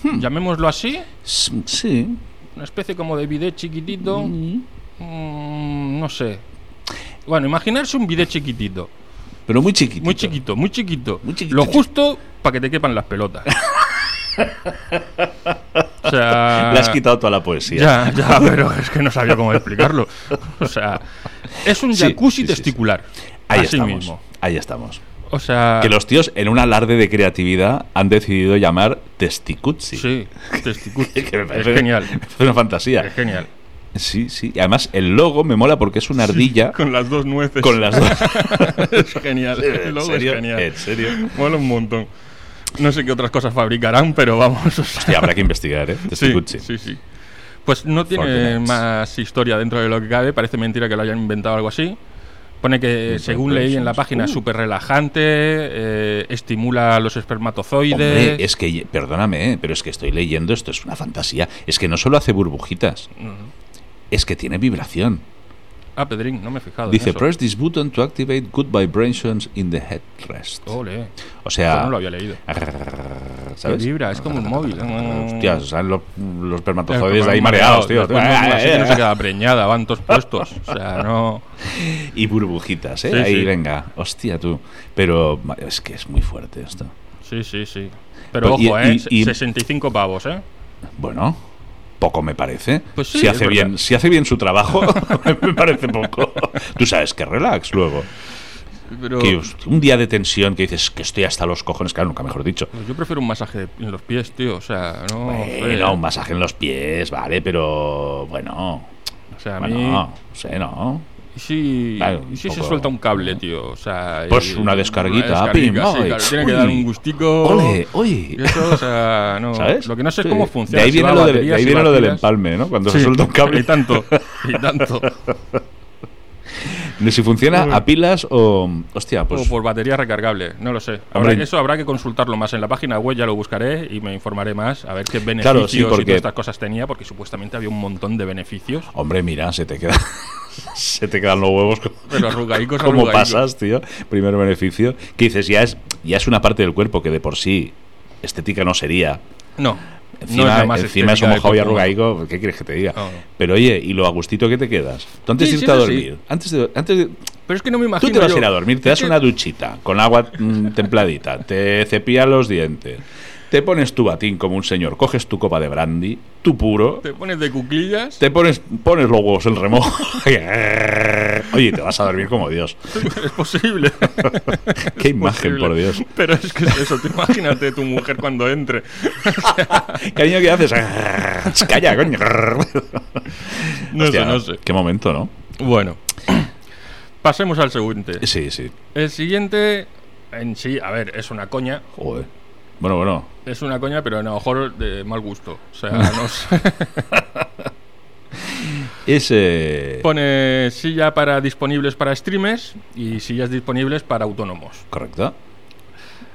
[SPEAKER 2] Hmm.
[SPEAKER 1] llamémoslo así,
[SPEAKER 2] S- Sí.
[SPEAKER 1] una especie como de bidé chiquitito, mm, no sé. Bueno, imaginarse un bidé chiquitito.
[SPEAKER 2] Pero muy chiquitito.
[SPEAKER 1] Muy chiquito, muy chiquito.
[SPEAKER 2] Muy chiquito,
[SPEAKER 1] Lo
[SPEAKER 2] chiquito.
[SPEAKER 1] justo para que te quepan las pelotas. o sea.
[SPEAKER 2] Le has quitado toda la poesía.
[SPEAKER 1] Ya, ya, pero es que no sabía cómo explicarlo. O sea, es un
[SPEAKER 2] Sí,
[SPEAKER 1] jacuzzi
[SPEAKER 2] sí, sí, sí.
[SPEAKER 1] testicular.
[SPEAKER 2] Ahí
[SPEAKER 1] así
[SPEAKER 2] estamos.
[SPEAKER 1] mismo. Ah.
[SPEAKER 2] Ahí estamos.
[SPEAKER 1] O sea.
[SPEAKER 2] Que los tíos, en un alarde de creatividad, han decidido llamar testicuzzi.
[SPEAKER 1] Sí, testicuzzi.
[SPEAKER 2] Que me
[SPEAKER 1] es
[SPEAKER 2] parece-
[SPEAKER 1] genial.
[SPEAKER 2] me parece una fantasía.
[SPEAKER 1] Es genial.
[SPEAKER 2] Sí, sí. Y además, el logo me mola porque es una ardilla
[SPEAKER 1] Con las dos nueces.
[SPEAKER 2] con las dos.
[SPEAKER 1] es genial. El
[SPEAKER 2] ¿En
[SPEAKER 1] logo
[SPEAKER 2] serio?
[SPEAKER 1] es genial.
[SPEAKER 2] ¿En serio?
[SPEAKER 1] Mola un montón. No sé qué otras cosas fabricarán, pero vamos. o sea,
[SPEAKER 2] Hostia, habrá que investigar, ¿eh?
[SPEAKER 1] Sí,
[SPEAKER 2] Testicuzzi.
[SPEAKER 1] sí, sí. Pues no tiene
[SPEAKER 2] Fortnite.
[SPEAKER 1] más historia dentro de lo que cabe. Parece mentira que lo hayan inventado algo así. Pone que, según leí en la
[SPEAKER 2] Impressions.
[SPEAKER 1] página, es
[SPEAKER 2] Uh.
[SPEAKER 1] súper relajante, eh, estimula los espermatozoides.
[SPEAKER 2] Hombre, es que, ye- perdóname, ¿eh? pero es que estoy leyendo, esto es una fantasía. Es que no solo hace burbujitas, es que tiene vibración.
[SPEAKER 1] Ah, Pedrín, no me he fijado. en
[SPEAKER 2] Dice,
[SPEAKER 1] eso.
[SPEAKER 2] press this button to activate good vibrations in the headrest.
[SPEAKER 1] Ole.
[SPEAKER 2] O
[SPEAKER 1] Oh, Eso
[SPEAKER 2] sea,
[SPEAKER 1] no lo había leído.
[SPEAKER 2] ¿sabes?
[SPEAKER 1] Que vibra, es como un móvil.
[SPEAKER 2] Hostias, salen los, los
[SPEAKER 1] Claro,
[SPEAKER 2] espermatozoides
[SPEAKER 1] Eh, como
[SPEAKER 2] ahí
[SPEAKER 1] van
[SPEAKER 2] mareados, tío.
[SPEAKER 1] después no- la gente no se queda preñada, van todos puestos. O sea, no.
[SPEAKER 2] Y burbujitas, ¿eh?
[SPEAKER 1] Sí,
[SPEAKER 2] ahí,
[SPEAKER 1] sí.
[SPEAKER 2] venga. Hostia, tú. Pero ma- es que es muy fuerte esto.
[SPEAKER 1] Sí, sí, sí. Pero
[SPEAKER 2] Pues, y-
[SPEAKER 1] ojo, ¿eh?
[SPEAKER 2] y- y-
[SPEAKER 1] 65 pavos, ¿eh?
[SPEAKER 2] Bueno, poco me parece.
[SPEAKER 1] Pues sí,
[SPEAKER 2] si,
[SPEAKER 1] es
[SPEAKER 2] hace
[SPEAKER 1] verdad.
[SPEAKER 2] bien, si hace bien su trabajo, me parece poco. Tú sabes que relax luego.
[SPEAKER 1] Pero.
[SPEAKER 2] Que hostia, un día de tensión que dices que estoy hasta los cojones, claro, nunca mejor dicho.
[SPEAKER 1] Pues yo prefiero un masaje en los pies, tío. O sea, no. sé.
[SPEAKER 2] Bueno, Eh, un masaje en los pies, vale, pero bueno.
[SPEAKER 1] o sea, a mí.
[SPEAKER 2] Bueno, no sé, ¿no?
[SPEAKER 1] ¿Y si,
[SPEAKER 2] Claro,
[SPEAKER 1] y
[SPEAKER 2] un
[SPEAKER 1] si se
[SPEAKER 2] poco-
[SPEAKER 1] suelta un cable, tío? O sea,
[SPEAKER 2] Pues
[SPEAKER 1] y-
[SPEAKER 2] una descarguita,
[SPEAKER 1] descarguita,
[SPEAKER 2] pim,
[SPEAKER 1] sí,
[SPEAKER 2] ay,
[SPEAKER 1] claro, tiene que dar
[SPEAKER 2] uy.
[SPEAKER 1] un gustico.
[SPEAKER 2] Ole,
[SPEAKER 1] Y
[SPEAKER 2] oye.
[SPEAKER 1] eso, o sea, no.
[SPEAKER 2] ¿Sabes?
[SPEAKER 1] Lo que no sé
[SPEAKER 2] Sí.
[SPEAKER 1] es cómo funciona.
[SPEAKER 2] De ahí
[SPEAKER 1] si
[SPEAKER 2] viene,
[SPEAKER 1] va
[SPEAKER 2] lo, de-
[SPEAKER 1] batería,
[SPEAKER 2] de ahí
[SPEAKER 1] si
[SPEAKER 2] viene
[SPEAKER 1] va
[SPEAKER 2] lo del
[SPEAKER 1] pilas.
[SPEAKER 2] empalme, ¿no? Cuando
[SPEAKER 1] Sí,
[SPEAKER 2] se suelta un
[SPEAKER 1] Y
[SPEAKER 2] cable.
[SPEAKER 1] tanto, y tanto.
[SPEAKER 2] Ni si funciona a pilas o. Hostia, pues.
[SPEAKER 1] o por batería recargable, no lo sé. Habrá-
[SPEAKER 2] Hombre.
[SPEAKER 1] eso habrá que consultarlo más en la página web, ya lo buscaré y me informaré más a ver qué beneficios
[SPEAKER 2] Claro, sí,
[SPEAKER 1] y
[SPEAKER 2] porque-
[SPEAKER 1] todas estas cosas tenía, porque supuestamente había un montón de beneficios.
[SPEAKER 2] Hombre, mira, se te queda. se te quedan los huevos. co-
[SPEAKER 1] Pero arrugaicos,
[SPEAKER 2] ¿Cómo
[SPEAKER 1] arrugaicos.
[SPEAKER 2] pasas, tío? Primer beneficio. Que dices, ya es, ya es una parte del cuerpo que de por sí estética no sería.
[SPEAKER 1] No.
[SPEAKER 2] Encima,
[SPEAKER 1] no es la más
[SPEAKER 2] encima es
[SPEAKER 1] estética de
[SPEAKER 2] mojado y
[SPEAKER 1] todo el mundo.
[SPEAKER 2] arrugaico. ¿Qué quieres que te diga?
[SPEAKER 1] No, no.
[SPEAKER 2] Pero oye, ¿y lo a gustito que te quedas? Tú antes
[SPEAKER 1] Sí,
[SPEAKER 2] de irte a
[SPEAKER 1] sí, sí.
[SPEAKER 2] dormir, antes de, antes de-
[SPEAKER 1] Pero es que no me imagino.
[SPEAKER 2] tú te vas
[SPEAKER 1] yo-
[SPEAKER 2] a ir a dormir, te
[SPEAKER 1] es
[SPEAKER 2] das
[SPEAKER 1] que-
[SPEAKER 2] una duchita con agua mm, templadita, te cepillas los dientes, te pones tu batín como un señor, coges tu copa de brandy, tu puro,
[SPEAKER 1] Te pones de cuclillas.
[SPEAKER 2] te pones, pones los huevos en remojo. Oye, te vas a dormir como Dios.
[SPEAKER 1] Es posible.
[SPEAKER 2] Qué imagen,
[SPEAKER 1] Posible.
[SPEAKER 2] por Dios.
[SPEAKER 1] Pero es que es eso, tú imagínate tu mujer cuando entre.
[SPEAKER 2] Cariño, ¿qué haces? Calla, coño.
[SPEAKER 1] No
[SPEAKER 2] Hostia,
[SPEAKER 1] sé, no sé.
[SPEAKER 2] Qué momento, ¿no?
[SPEAKER 1] Bueno. Pasemos al siguiente.
[SPEAKER 2] Sí, sí.
[SPEAKER 1] El siguiente, en sí, a ver, es una coña.
[SPEAKER 2] Joder. Bueno, bueno.
[SPEAKER 1] Es una coña, pero a lo mejor de mal gusto. O sea, no sé.
[SPEAKER 2] Ese.
[SPEAKER 1] Pone silla para disponibles para streamers y sillas disponibles para autónomos.
[SPEAKER 2] Correcto.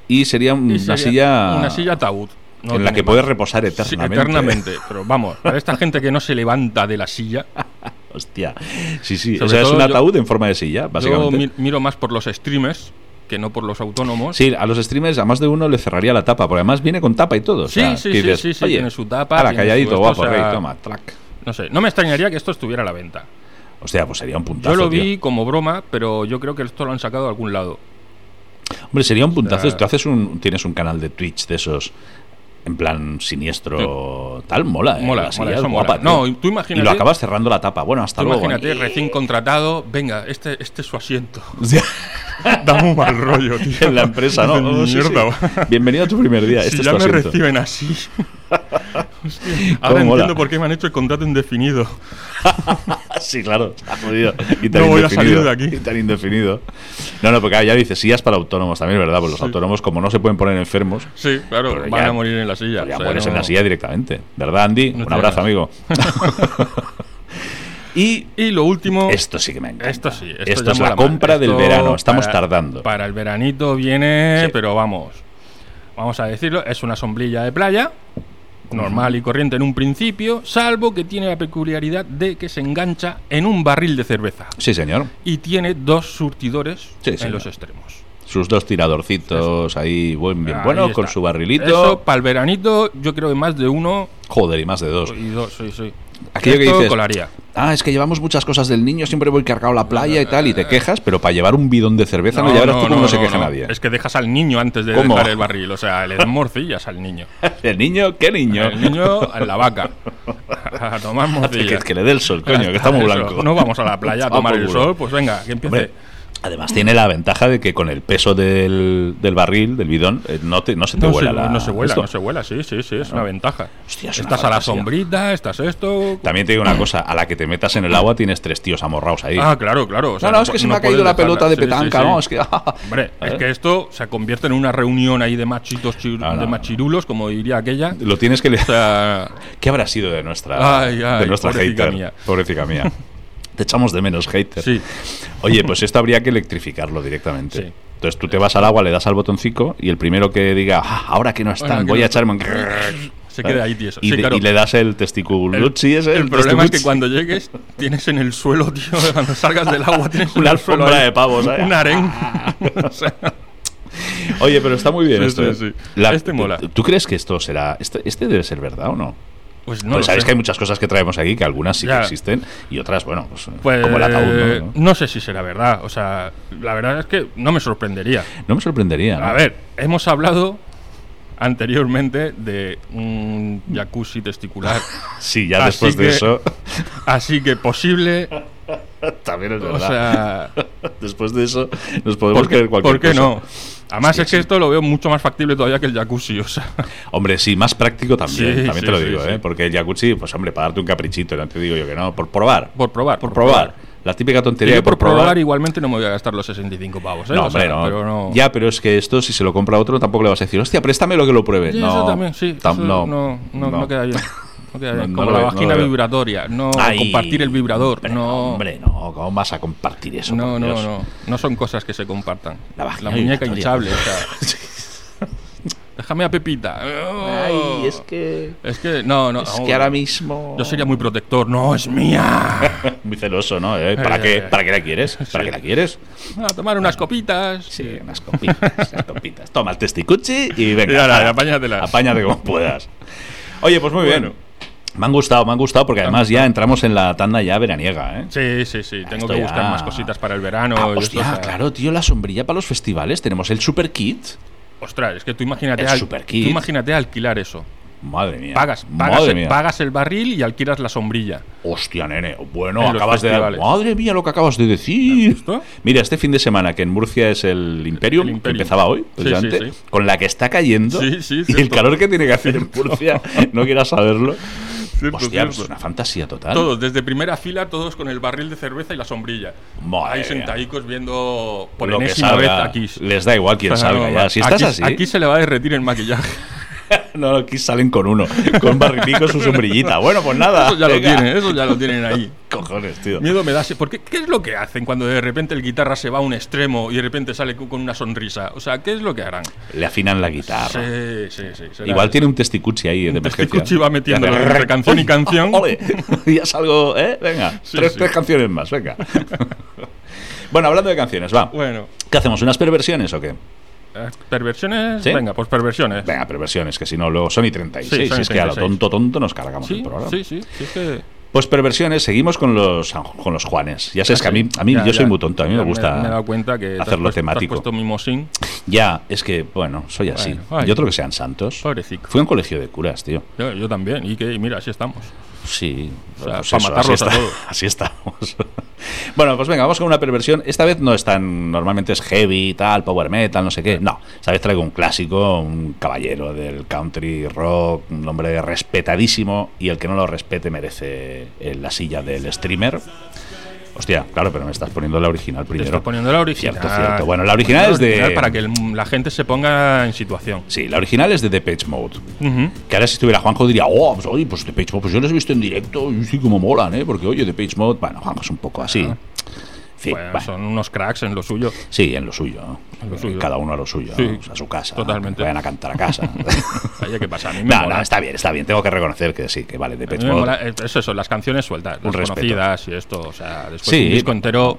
[SPEAKER 2] Y sería un-
[SPEAKER 1] Y
[SPEAKER 2] una
[SPEAKER 1] sería
[SPEAKER 2] silla.
[SPEAKER 1] Una silla ataúd. No
[SPEAKER 2] Mm, en la
[SPEAKER 1] tiene
[SPEAKER 2] que
[SPEAKER 1] más.
[SPEAKER 2] puedes reposar
[SPEAKER 1] Sí,
[SPEAKER 2] eternamente.
[SPEAKER 1] eternamente. Pero vamos, para esta gente que no se levanta de la silla,
[SPEAKER 2] Hostia. Sí, sí.
[SPEAKER 1] Sobre
[SPEAKER 2] o sea, es
[SPEAKER 1] todo
[SPEAKER 2] un
[SPEAKER 1] yo-
[SPEAKER 2] ataúd en forma de silla,
[SPEAKER 1] yo
[SPEAKER 2] básicamente.
[SPEAKER 1] mi- miro más por los streamers que no por los autónomos.
[SPEAKER 2] Sí, a los streamers a más de uno le cerraría la tapa, porque además viene con tapa y todo. o
[SPEAKER 1] Sí,
[SPEAKER 2] sea,
[SPEAKER 1] sí,
[SPEAKER 2] que
[SPEAKER 1] sí, sí, sí, tiene su tapa,
[SPEAKER 2] Ahora,
[SPEAKER 1] tiene
[SPEAKER 2] calladito,
[SPEAKER 1] su esto,
[SPEAKER 2] guapo,
[SPEAKER 1] o sea-
[SPEAKER 2] rey, toma, track.
[SPEAKER 1] No sé, no me extrañaría que esto estuviera a la venta.
[SPEAKER 2] Hostia, pues sería un puntazo.
[SPEAKER 1] Yo lo
[SPEAKER 2] tío.
[SPEAKER 1] vi como broma, pero yo creo que esto lo han sacado de algún lado.
[SPEAKER 2] Hombre, sería un puntazo.
[SPEAKER 1] sea-
[SPEAKER 2] Tú haces un, tienes un canal de Twitch de esos en plan siniestro, tal, mola. eh,
[SPEAKER 1] Mola,
[SPEAKER 2] la silla
[SPEAKER 1] mola,
[SPEAKER 2] es
[SPEAKER 1] eso mola.
[SPEAKER 2] guapa, tío.
[SPEAKER 1] No, y tú
[SPEAKER 2] y
[SPEAKER 1] imagínate.
[SPEAKER 2] lo acabas cerrando la tapa. Bueno, hasta
[SPEAKER 1] Tú
[SPEAKER 2] luego.
[SPEAKER 1] imagínate,
[SPEAKER 2] ¿eh?
[SPEAKER 1] recién contratado, venga, este, este es su asiento. Da muy mal rollo, tío.
[SPEAKER 2] en la empresa, ¿no?
[SPEAKER 1] Dicen,
[SPEAKER 2] Oh, sí, sí.
[SPEAKER 1] "Mierda,
[SPEAKER 2] Bienvenido a tu primer día.
[SPEAKER 1] Si
[SPEAKER 2] Este es
[SPEAKER 1] ya
[SPEAKER 2] tu
[SPEAKER 1] me
[SPEAKER 2] asiento.
[SPEAKER 1] reciben así. Hostia, ahora
[SPEAKER 2] mola?
[SPEAKER 1] entiendo por qué me han hecho el contrato indefinido.
[SPEAKER 2] Sí, claro. está jodido. Y
[SPEAKER 1] No voy a salir
[SPEAKER 2] indefinido,
[SPEAKER 1] de aquí.
[SPEAKER 2] Y tan indefinido. No, no, porque claro, ya dices, sillas para autónomos también, ¿verdad? Pues los
[SPEAKER 1] Sí.
[SPEAKER 2] autónomos, como no se pueden poner enfermos,
[SPEAKER 1] Sí, claro,
[SPEAKER 2] Pero
[SPEAKER 1] van
[SPEAKER 2] ya-
[SPEAKER 1] a morir en la silla.
[SPEAKER 2] pues ya
[SPEAKER 1] o sea,
[SPEAKER 2] mueres en
[SPEAKER 1] no-
[SPEAKER 2] la silla directamente. ¿Verdad, Andy?
[SPEAKER 1] No
[SPEAKER 2] Un
[SPEAKER 1] te
[SPEAKER 2] abrazo,
[SPEAKER 1] hagas.
[SPEAKER 2] amigo. y
[SPEAKER 1] Y lo último.
[SPEAKER 2] Esto sí que me encanta.
[SPEAKER 1] Esto sí, esto,
[SPEAKER 2] Esto
[SPEAKER 1] ya
[SPEAKER 2] es la
[SPEAKER 1] mola más.
[SPEAKER 2] compra del
[SPEAKER 1] Esto
[SPEAKER 2] verano. Estamos
[SPEAKER 1] para-
[SPEAKER 2] tardando.
[SPEAKER 1] Para el veranito viene,
[SPEAKER 2] Sí.
[SPEAKER 1] pero vamos. Vamos a decirlo, es una sombrilla de playa, normal y corriente en un principio, salvo que tiene la peculiaridad de que se engancha en un barril de cerveza
[SPEAKER 2] Sí, señor.
[SPEAKER 1] y tiene dos surtidores
[SPEAKER 2] Sí,
[SPEAKER 1] en
[SPEAKER 2] señor.
[SPEAKER 1] los extremos.
[SPEAKER 2] Sus dos tiradorcitos ahí, buen, bien
[SPEAKER 1] Ahí
[SPEAKER 2] bueno, con
[SPEAKER 1] está.
[SPEAKER 2] su barrilito.
[SPEAKER 1] Eso para el veranito, yo creo que más de uno
[SPEAKER 2] Joder, y más de dos.
[SPEAKER 1] y dos, sí, sí.
[SPEAKER 2] Aquello que
[SPEAKER 1] Esto
[SPEAKER 2] dices-
[SPEAKER 1] colaría.
[SPEAKER 2] Ah, es que llevamos muchas cosas del niño, siempre voy cargado a la playa y tal, y te quejas, pero para llevar un bidón de cerveza no, ya verás tú cómo no, se queja
[SPEAKER 1] Eh. no.
[SPEAKER 2] nadie.
[SPEAKER 1] Es que dejas al niño antes de
[SPEAKER 2] ¿Cómo?
[SPEAKER 1] dejar el barril, o sea, le das morcillas al niño.
[SPEAKER 2] El niño, qué niño.
[SPEAKER 1] El niño en la vaca. A tomar
[SPEAKER 2] Que,
[SPEAKER 1] morcilla.
[SPEAKER 2] que- que le dé el sol, coño, que está muy
[SPEAKER 1] Eso,
[SPEAKER 2] blanco.
[SPEAKER 1] No vamos a la playa a
[SPEAKER 2] Toma
[SPEAKER 1] tomar
[SPEAKER 2] por
[SPEAKER 1] el
[SPEAKER 2] culo.
[SPEAKER 1] sol, pues venga, que empiece.
[SPEAKER 2] Hombre, además tiene la ventaja de que con el peso del, del barril, del bidón, eh, no, te, no se te
[SPEAKER 1] no,
[SPEAKER 2] vuela
[SPEAKER 1] se,
[SPEAKER 2] la-
[SPEAKER 1] no se vuela,
[SPEAKER 2] esto. Ah.
[SPEAKER 1] no se vuela, sí, sí, sí, es una ventaja.
[SPEAKER 2] Hostia, es una
[SPEAKER 1] estás a la
[SPEAKER 2] fantasía.
[SPEAKER 1] sombrita, estás esto.
[SPEAKER 2] También te digo una cosa, a la que te metas en el agua tienes tres tíos amorrados ahí.
[SPEAKER 1] Ah, claro, claro. o sea,
[SPEAKER 2] no, no, es que se me ha
[SPEAKER 1] puedes
[SPEAKER 2] caído la
[SPEAKER 1] dejarla.
[SPEAKER 2] pelota de
[SPEAKER 1] Sí, sí,
[SPEAKER 2] petanca,
[SPEAKER 1] sí.
[SPEAKER 2] no, es que... ah,
[SPEAKER 1] Hombre, es que esto se convierte en una reunión ahí de machitos, chi-
[SPEAKER 2] No, no,
[SPEAKER 1] de
[SPEAKER 2] no.
[SPEAKER 1] machirulos, como diría aquella.
[SPEAKER 2] Lo tienes que... le-
[SPEAKER 1] O sea,
[SPEAKER 2] ¿Qué habrá sido de nuestra,
[SPEAKER 1] Ay, ay,
[SPEAKER 2] de nuestra
[SPEAKER 1] pobrecita
[SPEAKER 2] hater?
[SPEAKER 1] mía.
[SPEAKER 2] Pobrecita mía. Te echamos de menos, hater.
[SPEAKER 1] sí.
[SPEAKER 2] Oye, pues esto habría que electrificarlo directamente.
[SPEAKER 1] Sí.
[SPEAKER 2] Entonces tú te vas al agua, le das al botoncito y el primero que diga, "Ah, ahora que no están,
[SPEAKER 1] Ahora que
[SPEAKER 2] voy
[SPEAKER 1] no
[SPEAKER 2] a
[SPEAKER 1] están".
[SPEAKER 2] echarme un...
[SPEAKER 1] Se queda ahí tieso.
[SPEAKER 2] Y,
[SPEAKER 1] Sí,
[SPEAKER 2] de-
[SPEAKER 1] claro.
[SPEAKER 2] y le das el testiculucci ese.
[SPEAKER 1] El problema es que
[SPEAKER 2] testiculucci.
[SPEAKER 1] cuando llegues, tienes en el suelo, tío, cuando salgas del agua, tienes en
[SPEAKER 2] Una
[SPEAKER 1] el suelo
[SPEAKER 2] alfombra
[SPEAKER 1] ahí
[SPEAKER 2] de pavos, ¿eh?
[SPEAKER 1] Un harén. O sea,
[SPEAKER 2] Oye, pero está muy bien
[SPEAKER 1] Sí,
[SPEAKER 2] esto.
[SPEAKER 1] sí,
[SPEAKER 2] ¿eh?
[SPEAKER 1] sí. Este mola.
[SPEAKER 2] ¿Tú tú crees que esto será. Este, este debe ser verdad o no?
[SPEAKER 1] pues no.
[SPEAKER 2] Pues
[SPEAKER 1] lo
[SPEAKER 2] sabéis
[SPEAKER 1] sé.
[SPEAKER 2] que hay muchas cosas que traemos aquí, que algunas sí
[SPEAKER 1] Ya.
[SPEAKER 2] que existen y otras, bueno, pues,
[SPEAKER 1] Pues,
[SPEAKER 2] como el ataúd. ¿no?
[SPEAKER 1] ¿no?
[SPEAKER 2] ¿no?
[SPEAKER 1] sé si será verdad. O sea, la verdad es que no me sorprendería.
[SPEAKER 2] No me sorprendería. ¿no?
[SPEAKER 1] A ver, hemos hablado anteriormente de un jacuzzi testicular.
[SPEAKER 2] Sí, ya
[SPEAKER 1] Así
[SPEAKER 2] después de
[SPEAKER 1] que-
[SPEAKER 2] eso,
[SPEAKER 1] Así que posible,
[SPEAKER 2] también es
[SPEAKER 1] o
[SPEAKER 2] verdad.
[SPEAKER 1] sea,
[SPEAKER 2] después de eso, nos podemos
[SPEAKER 1] ¿por qué,
[SPEAKER 2] creer cualquier
[SPEAKER 1] por qué
[SPEAKER 2] cosa.
[SPEAKER 1] no? Además es que esto lo veo mucho más factible todavía que el jacuzzi, o sea,
[SPEAKER 2] Hombre, sí, más práctico también,
[SPEAKER 1] Sí,
[SPEAKER 2] también
[SPEAKER 1] sí,
[SPEAKER 2] te lo
[SPEAKER 1] sí,
[SPEAKER 2] digo,
[SPEAKER 1] sí.
[SPEAKER 2] ¿eh? Porque el jacuzzi, pues hombre, para darte un caprichito, no te digo yo que no, por probar.
[SPEAKER 1] por probar.
[SPEAKER 2] Por probar. La típica
[SPEAKER 1] Que
[SPEAKER 2] tontería
[SPEAKER 1] yo
[SPEAKER 2] de
[SPEAKER 1] por probar, igualmente no me voy a gastar los 65 pavos, ¿eh?
[SPEAKER 2] No,
[SPEAKER 1] O sea,
[SPEAKER 2] hombre, no.
[SPEAKER 1] Pero no.
[SPEAKER 2] Ya, pero es que esto, si se lo compra otro, tampoco le vas a decir, hostia, préstame lo que lo pruebe.
[SPEAKER 1] Sí,
[SPEAKER 2] no,
[SPEAKER 1] eso también, sí.
[SPEAKER 2] tam-
[SPEAKER 1] eso
[SPEAKER 2] no,
[SPEAKER 1] no, no, no
[SPEAKER 2] no.
[SPEAKER 1] queda bien. no queda bien.
[SPEAKER 2] No, no
[SPEAKER 1] Como
[SPEAKER 2] lo
[SPEAKER 1] la
[SPEAKER 2] veo, no
[SPEAKER 1] vagina
[SPEAKER 2] lo veo.
[SPEAKER 1] vibratoria, no
[SPEAKER 2] Ay,
[SPEAKER 1] compartir el vibrador,
[SPEAKER 2] hombre,
[SPEAKER 1] no.
[SPEAKER 2] Hombre, no, ¿cómo vas a compartir eso?
[SPEAKER 1] No,
[SPEAKER 2] por
[SPEAKER 1] no,
[SPEAKER 2] Dios?
[SPEAKER 1] no. No son cosas que se compartan.
[SPEAKER 2] La vagina
[SPEAKER 1] muñeca
[SPEAKER 2] vibratoria.
[SPEAKER 1] hinchable, o sea. Déjame a Pepita. Oh.
[SPEAKER 2] Ay, es que.
[SPEAKER 1] Es que, no, no.
[SPEAKER 2] Es
[SPEAKER 1] no,
[SPEAKER 2] que ahora mismo.
[SPEAKER 1] Yo sería muy protector. No, es mía.
[SPEAKER 2] Muy celoso, ¿no? ¿Eh? ¿Para,
[SPEAKER 1] Eh,
[SPEAKER 2] qué,
[SPEAKER 1] eh,
[SPEAKER 2] ¿Para qué la quieres? ¿Para
[SPEAKER 1] sí.
[SPEAKER 2] qué la quieres?
[SPEAKER 1] A tomar unas copitas.
[SPEAKER 2] Sí, unas copitas, unas copitas. Toma el testicuchi y venga.
[SPEAKER 1] Y ahora,
[SPEAKER 2] ala,
[SPEAKER 1] apáñatela.
[SPEAKER 2] Apáñate como puedas. Oye, pues muy
[SPEAKER 1] Bueno.
[SPEAKER 2] bien. Me han gustado, me han gustado porque
[SPEAKER 1] han
[SPEAKER 2] además ya entramos en la tanda ya veraniega, ¿eh?
[SPEAKER 1] Sí, sí, sí. Tengo
[SPEAKER 2] Esto
[SPEAKER 1] que
[SPEAKER 2] ya-
[SPEAKER 1] buscar más cositas para el verano.
[SPEAKER 2] Ah,
[SPEAKER 1] y esto,
[SPEAKER 2] hostia,
[SPEAKER 1] o sea,
[SPEAKER 2] claro, tío, la sombrilla para los festivales. Tenemos el super kit.
[SPEAKER 1] Ostras, es que tú imagínate,
[SPEAKER 2] El
[SPEAKER 1] al-
[SPEAKER 2] super
[SPEAKER 1] tú
[SPEAKER 2] kit.
[SPEAKER 1] imagínate alquilar eso.
[SPEAKER 2] Madre mía.
[SPEAKER 1] Pagas, pagas,
[SPEAKER 2] Madre
[SPEAKER 1] el,
[SPEAKER 2] mía.
[SPEAKER 1] pagas el barril y alquilas la sombrilla.
[SPEAKER 2] Hostia, nene. Bueno,
[SPEAKER 1] En los
[SPEAKER 2] acabas de dar.
[SPEAKER 1] festivales.
[SPEAKER 2] Madre mía, lo que acabas de decir.
[SPEAKER 1] visto?
[SPEAKER 2] Mira, este fin de semana, que en Murcia es el Imperium,
[SPEAKER 1] El Imperium.
[SPEAKER 2] que empezaba hoy, precisamente,
[SPEAKER 1] sí, sí.
[SPEAKER 2] con la que está cayendo
[SPEAKER 1] Sí, sí,
[SPEAKER 2] y el
[SPEAKER 1] cierto.
[SPEAKER 2] calor que tiene que hacer en Murcia, no quieras saberlo. Hostia, pues es
[SPEAKER 1] cierto.
[SPEAKER 2] una fantasía total.
[SPEAKER 1] Todos, desde primera fila, todos con el barril de cerveza y la sombrilla.
[SPEAKER 2] Madre
[SPEAKER 1] Ahí
[SPEAKER 2] mía.
[SPEAKER 1] sentadicos viendo por
[SPEAKER 2] Lo que
[SPEAKER 1] enésima vez
[SPEAKER 2] salga,
[SPEAKER 1] a Kiss.
[SPEAKER 2] Les da igual quién
[SPEAKER 1] O sea,
[SPEAKER 2] salga
[SPEAKER 1] no,
[SPEAKER 2] ya. Si estás
[SPEAKER 1] aquí,
[SPEAKER 2] así,
[SPEAKER 1] Aquí se le va a derretir el maquillaje.
[SPEAKER 2] no, aquí salen con uno, con barrilico su sombrillita. Bueno, pues nada.
[SPEAKER 1] Eso ya lo ¿eh?
[SPEAKER 2] venga.
[SPEAKER 1] tienen, eso ya lo tienen ahí.
[SPEAKER 2] Cojones, tío.
[SPEAKER 1] Miedo me da. se- ¿Por qué, ¿Qué es lo que hacen cuando de repente el guitarra se va a un extremo y de repente sale con con una sonrisa? O sea, ¿qué es lo que harán?
[SPEAKER 2] Le afinan la guitarra.
[SPEAKER 1] Sí, sí, sí. será-
[SPEAKER 2] Igual tiene un testicuchi ahí eh, de emergencia.
[SPEAKER 1] testicuchi va metiéndolo
[SPEAKER 2] Ya,
[SPEAKER 1] entre canción y canción.
[SPEAKER 2] Ole, ya salgo, ¿eh? Venga,
[SPEAKER 1] Sí,
[SPEAKER 2] tres,
[SPEAKER 1] sí.
[SPEAKER 2] tres canciones más, venga. bueno, hablando de canciones, va.
[SPEAKER 1] Bueno,
[SPEAKER 2] ¿Qué hacemos? ¿Unas perversiones o qué?
[SPEAKER 1] eh, perversiones.
[SPEAKER 2] ¿Sí?
[SPEAKER 1] Venga, pues perversiones.
[SPEAKER 2] Venga, perversiones, que si no, luego Sony 36.
[SPEAKER 1] Sí,
[SPEAKER 2] si
[SPEAKER 1] Sony
[SPEAKER 2] es que a lo
[SPEAKER 1] 36.
[SPEAKER 2] tonto, tonto nos cargamos el
[SPEAKER 1] Sí,
[SPEAKER 2] programa.
[SPEAKER 1] sí, sí. sí, es que-
[SPEAKER 2] Pues perversiones, seguimos con los, con los Juanes. Ya sabes que a mí, a mí
[SPEAKER 1] Ya,
[SPEAKER 2] yo soy
[SPEAKER 1] ya.
[SPEAKER 2] muy tonto, a mí
[SPEAKER 1] Ya
[SPEAKER 2] me gusta.
[SPEAKER 1] Me, he dado cuenta que te has puesto-
[SPEAKER 2] hacerlo
[SPEAKER 1] te has
[SPEAKER 2] temático.
[SPEAKER 1] puesto mimosín.
[SPEAKER 2] Ya, es que, bueno, soy así.
[SPEAKER 1] Bueno, ay.
[SPEAKER 2] yo creo que sean santos.
[SPEAKER 1] Pobrecico.
[SPEAKER 2] Fui a un colegio de curas, tío.
[SPEAKER 1] Yo, yo también. Y que, mira, así estamos.
[SPEAKER 2] Sí,
[SPEAKER 1] O sea,
[SPEAKER 2] pues
[SPEAKER 1] pa'
[SPEAKER 2] eso,
[SPEAKER 1] matarlos
[SPEAKER 2] así
[SPEAKER 1] a
[SPEAKER 2] está-
[SPEAKER 1] todos.
[SPEAKER 2] Así estamos. bueno, pues venga, vamos con una perversión. Esta vez no es tan. Normalmente es heavy, tal, power metal, no sé qué. No, esta vez traigo un clásico, un caballero del country rock, un hombre respetadísimo y el que no lo respete merece eh, la silla del streamer. Hostia, claro, pero me estás poniendo la original
[SPEAKER 1] Te
[SPEAKER 2] primero.
[SPEAKER 1] estoy poniendo la original.
[SPEAKER 2] Cierto, cierto. Bueno, la original es de.
[SPEAKER 1] Para que el- la gente se ponga en situación.
[SPEAKER 2] Sí, la original es de The Page Mode.
[SPEAKER 1] Ujú.
[SPEAKER 2] Que ahora si estuviera Juanjo diría, oh, pues, oye, pues The Page Mode, pues yo les he visto en directo y sí como molan, ¿eh? Porque oye, The Page Mode, bueno, Juanjo es un poco así. En fin,
[SPEAKER 1] Bueno,
[SPEAKER 2] bueno,
[SPEAKER 1] Pues Son unos cracks en lo suyo.
[SPEAKER 2] Sí, en lo suyo. ¿no?
[SPEAKER 1] En lo suyo.
[SPEAKER 2] Cada uno a lo suyo,
[SPEAKER 1] Sí,
[SPEAKER 2] ¿no? O sea, a su casa. ¿no?
[SPEAKER 1] totalmente.
[SPEAKER 2] Vayan a cantar a casa.
[SPEAKER 1] Oye, ¿qué pasa? A mí me
[SPEAKER 2] no,
[SPEAKER 1] mola.
[SPEAKER 2] no, está bien, está bien. Tengo que reconocer que sí, que vale, The
[SPEAKER 1] A mí
[SPEAKER 2] Page
[SPEAKER 1] me mola-
[SPEAKER 2] Mode.
[SPEAKER 1] eh, Es eso, las canciones sueltas,
[SPEAKER 2] Un
[SPEAKER 1] las
[SPEAKER 2] respeto.
[SPEAKER 1] conocidas y esto. O sea, después
[SPEAKER 2] Sí.
[SPEAKER 1] un disco entero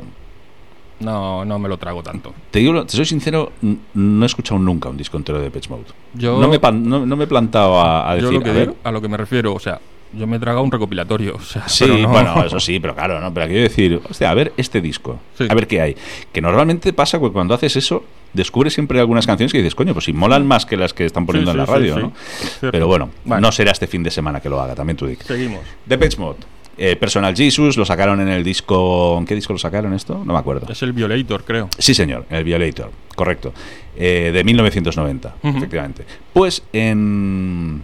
[SPEAKER 1] no, no me lo trago tanto.
[SPEAKER 2] Te digo, te soy sincero, n- no he escuchado nunca un disco entero de The Page Mode.
[SPEAKER 1] Yo-
[SPEAKER 2] no, me, pan- no, no me he plantado a, a decir,
[SPEAKER 1] yo lo que
[SPEAKER 2] a
[SPEAKER 1] digo-
[SPEAKER 2] ver,
[SPEAKER 1] a lo que me refiero, o sea, yo me he tragado un recopilatorio. O sea,
[SPEAKER 2] Sí,
[SPEAKER 1] pero no-
[SPEAKER 2] bueno, eso sí, pero claro, ¿no? Pero quiero decir, hostia, a ver este disco,
[SPEAKER 1] Sí.
[SPEAKER 2] a ver qué hay. Que normalmente pasa que cuando haces eso, descubres siempre algunas canciones que dices, coño, pues si molan más que las que están poniendo
[SPEAKER 1] Sí,
[SPEAKER 2] en la
[SPEAKER 1] sí,
[SPEAKER 2] radio,
[SPEAKER 1] sí,
[SPEAKER 2] ¿no?
[SPEAKER 1] sí. Cierto.
[SPEAKER 2] Pero bueno,
[SPEAKER 1] Vale.
[SPEAKER 2] no será este fin de semana que lo haga, también tú dices.
[SPEAKER 1] Seguimos.
[SPEAKER 2] The Page Mode, eh, Personal Jesus, lo sacaron en el disco. ¿En qué disco lo sacaron esto? No me acuerdo.
[SPEAKER 1] Es el Violator, creo.
[SPEAKER 2] Sí, señor, el Violator, correcto. Eh, de 1990,
[SPEAKER 1] Ujú.
[SPEAKER 2] efectivamente. Pues en,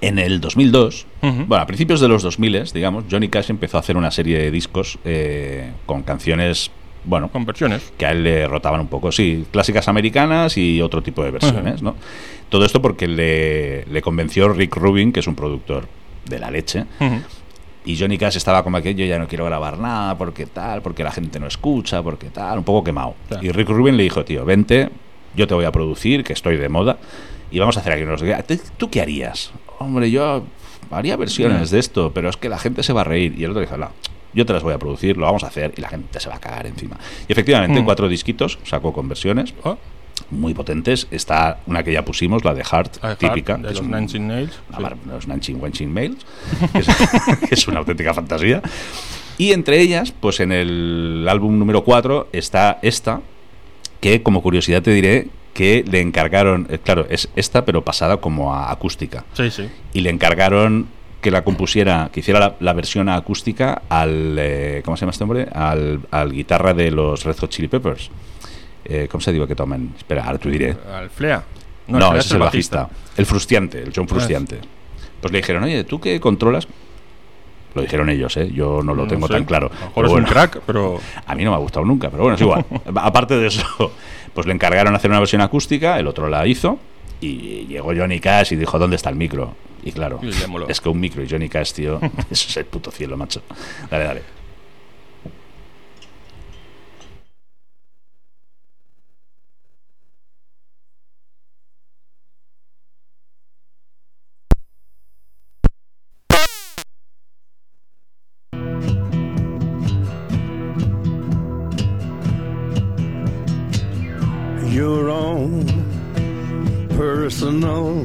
[SPEAKER 2] en el 2002,
[SPEAKER 1] Ujú.
[SPEAKER 2] bueno, a principios de los 2000, digamos, Johnny Cash empezó a hacer una serie de discos eh, con canciones, bueno,
[SPEAKER 1] Con versiones.
[SPEAKER 2] que a él le rotaban un poco, sí, clásicas americanas y otro tipo de versiones, ¿no? Todo esto porque le, le convenció Rick Rubin, que es un productor de la leche,
[SPEAKER 1] Ujú.
[SPEAKER 2] y Johnny Cash estaba como que yo ya no quiero grabar nada, porque tal, porque la gente no escucha, porque tal, un poco quemado.
[SPEAKER 1] Claro.
[SPEAKER 2] Y Rick Rubin le dijo, tío, vente, yo te voy a producir, que estoy de moda, y vamos a hacer aquí unos... ¿Tú qué harías? Hombre, yo haría
[SPEAKER 1] Mm.
[SPEAKER 2] versiones de esto, pero es que la gente se va a reír. Y el otro dice, no, yo te las voy a producir, lo vamos a hacer y la gente se va a cagar encima. Y efectivamente,
[SPEAKER 1] Mm.
[SPEAKER 2] cuatro disquitos sacó con versiones
[SPEAKER 1] Oh,
[SPEAKER 2] muy potentes. Está una que ya pusimos, la de Heart,
[SPEAKER 1] I Heart,
[SPEAKER 2] típica.
[SPEAKER 1] Ah, de
[SPEAKER 2] que es
[SPEAKER 1] los
[SPEAKER 2] un-
[SPEAKER 1] Nine Inch Nails.
[SPEAKER 2] una
[SPEAKER 1] sí.
[SPEAKER 2] mar- los Nanchin Wenching Mails, que es, que es una auténtica fantasía. Y entre ellas, pues en el álbum número 4 está esta, que como curiosidad te diré que le encargaron, eh, claro, es esta pero pasada como a acústica,
[SPEAKER 1] Sí, sí.
[SPEAKER 2] y le encargaron que la compusiera, que hiciera la, la versión a acústica al, eh, ¿cómo se llama este hombre? Al, al guitarra de los Red Hot Chili Peppers. Eh, ¿Cómo se digo que tomen? Espera, ahora tú diré.
[SPEAKER 1] Al Flea.
[SPEAKER 2] No,
[SPEAKER 1] Flea
[SPEAKER 2] ese es el bajista. El Frustiante, el
[SPEAKER 1] Ah,
[SPEAKER 2] John Frustiante. Pues le dijeron, oye, ¿tú qué controlas? Lo dijeron ellos, ¿eh? Yo no lo
[SPEAKER 1] No
[SPEAKER 2] tengo
[SPEAKER 1] sé.
[SPEAKER 2] tan claro.
[SPEAKER 1] A lo mejor
[SPEAKER 2] Pero
[SPEAKER 1] es
[SPEAKER 2] bueno,
[SPEAKER 1] un crack, pero.
[SPEAKER 2] a mí no me ha gustado nunca, pero bueno, es igual. Aparte de eso, pues le encargaron hacer una versión acústica, el otro la hizo, y llegó Johnny Cash y dijo, ¿dónde está el micro? Y claro,
[SPEAKER 1] Y le moló.
[SPEAKER 2] es que un micro y Johnny Cash, tío, eso es el puto cielo, macho. Dale, dale.
[SPEAKER 3] your own personal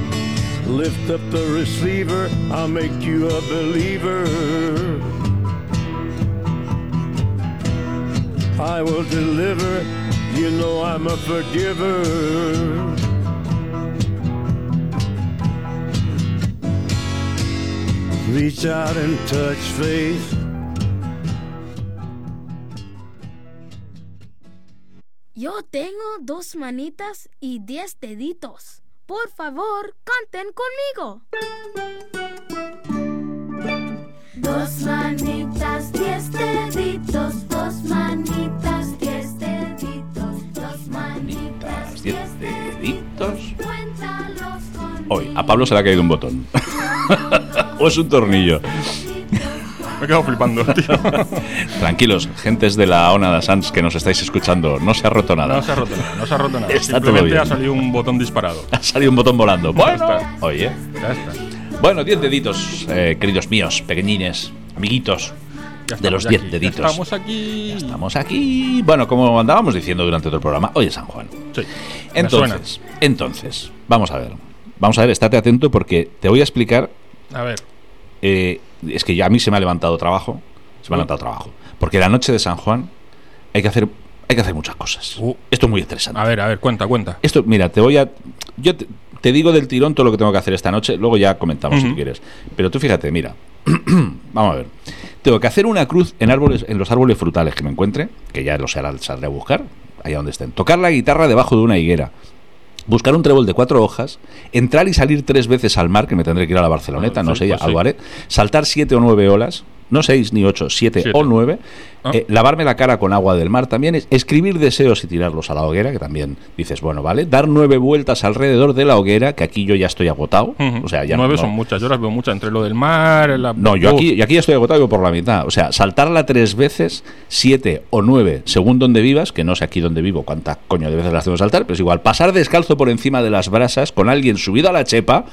[SPEAKER 3] Lift up the receiver, I'll make you a believer. I will deliver, you know I'm a forgiver. Reach out and touch faith.
[SPEAKER 4] Yo tengo dos manitas y diez deditos. Por favor, canten conmigo. Dos manitas, diez deditos, dos manitas, diez deditos, dos manitas,
[SPEAKER 2] Las diez deditos.
[SPEAKER 4] Cuéntalos conmigo.
[SPEAKER 2] Hoy, a Pablo se le ha caído un botón. o es un tornillo.
[SPEAKER 1] Me he quedado flipando, tío.
[SPEAKER 2] Tranquilos, gentes de la Onada Sans que nos estáis escuchando, no se ha roto nada.
[SPEAKER 1] No se ha roto nada, no se ha roto nada.
[SPEAKER 2] Está todo
[SPEAKER 1] Simplemente
[SPEAKER 2] bien.
[SPEAKER 1] ha salido un botón disparado.
[SPEAKER 2] Ha salido un botón volando. Bueno,
[SPEAKER 1] está.
[SPEAKER 2] oye.
[SPEAKER 1] Ya está.
[SPEAKER 2] Bueno, 10 deditos, eh, queridos míos, pequeñines, amiguitos.
[SPEAKER 1] Ya
[SPEAKER 2] De los
[SPEAKER 1] estamos
[SPEAKER 2] 10
[SPEAKER 1] aquí,
[SPEAKER 2] deditos.
[SPEAKER 1] ya estamos aquí.
[SPEAKER 2] Estamos aquí. Bueno, como andábamos diciendo durante todo el programa, hoy es San Juan.
[SPEAKER 1] Sí. me
[SPEAKER 2] Entonces, entonces, vamos a ver. Vamos a ver, estate atento porque te voy a explicar.
[SPEAKER 1] suena. A ver.
[SPEAKER 2] eh, es que ya a mí se me ha levantado trabajo Se me ha notado trabajo. Porque la noche de San Juan hay que hacer, hay que hacer muchas cosas.
[SPEAKER 1] Uh.
[SPEAKER 2] Esto es muy interesante.
[SPEAKER 1] A ver, a ver, cuenta, cuenta.
[SPEAKER 2] Esto, mira, te voy a. Yo te, te digo del tirón todo lo que tengo que hacer esta noche, luego ya comentamos si
[SPEAKER 1] Ujú.
[SPEAKER 2] tú quieres. Pero tú fíjate, mira. Vamos a ver. Tengo que hacer una cruz en árboles, en los árboles frutales que me encuentre, que ya los hará- saldré a buscar, allá donde estén. Tocar la guitarra debajo de una higuera. Buscar un trébol de cuatro hojas, entrar y salir tres veces al mar, que me tendré que ir a la Barceloneta,
[SPEAKER 1] Ah,
[SPEAKER 2] no
[SPEAKER 1] sí,
[SPEAKER 2] sé, ya,
[SPEAKER 1] pues sí.
[SPEAKER 2] algo haré. Saltar siete o nueve olas, no seis ni ocho, siete,
[SPEAKER 1] Siete.
[SPEAKER 2] o nueve.
[SPEAKER 1] Ah.
[SPEAKER 2] Eh, lavarme la cara con agua del mar también es escribir deseos y tirarlos a la hoguera, que también dices, bueno, vale, dar nueve vueltas alrededor de la hoguera, que aquí yo ya estoy agotado,
[SPEAKER 1] Ujú.
[SPEAKER 2] o sea, ya
[SPEAKER 1] Nueve
[SPEAKER 2] no-
[SPEAKER 1] son muchas, yo las veo muchas entre lo del mar, la...
[SPEAKER 2] no, yo
[SPEAKER 1] Uh,
[SPEAKER 2] aquí, yo aquí ya estoy agotado yo por la mitad. O sea, saltarla tres veces, siete o nueve, según donde vivas, que no sé aquí donde vivo cuántas coño de veces las tengo que saltar, pero es igual. Pasar descalzo por encima de las brasas con alguien subido a la chepa,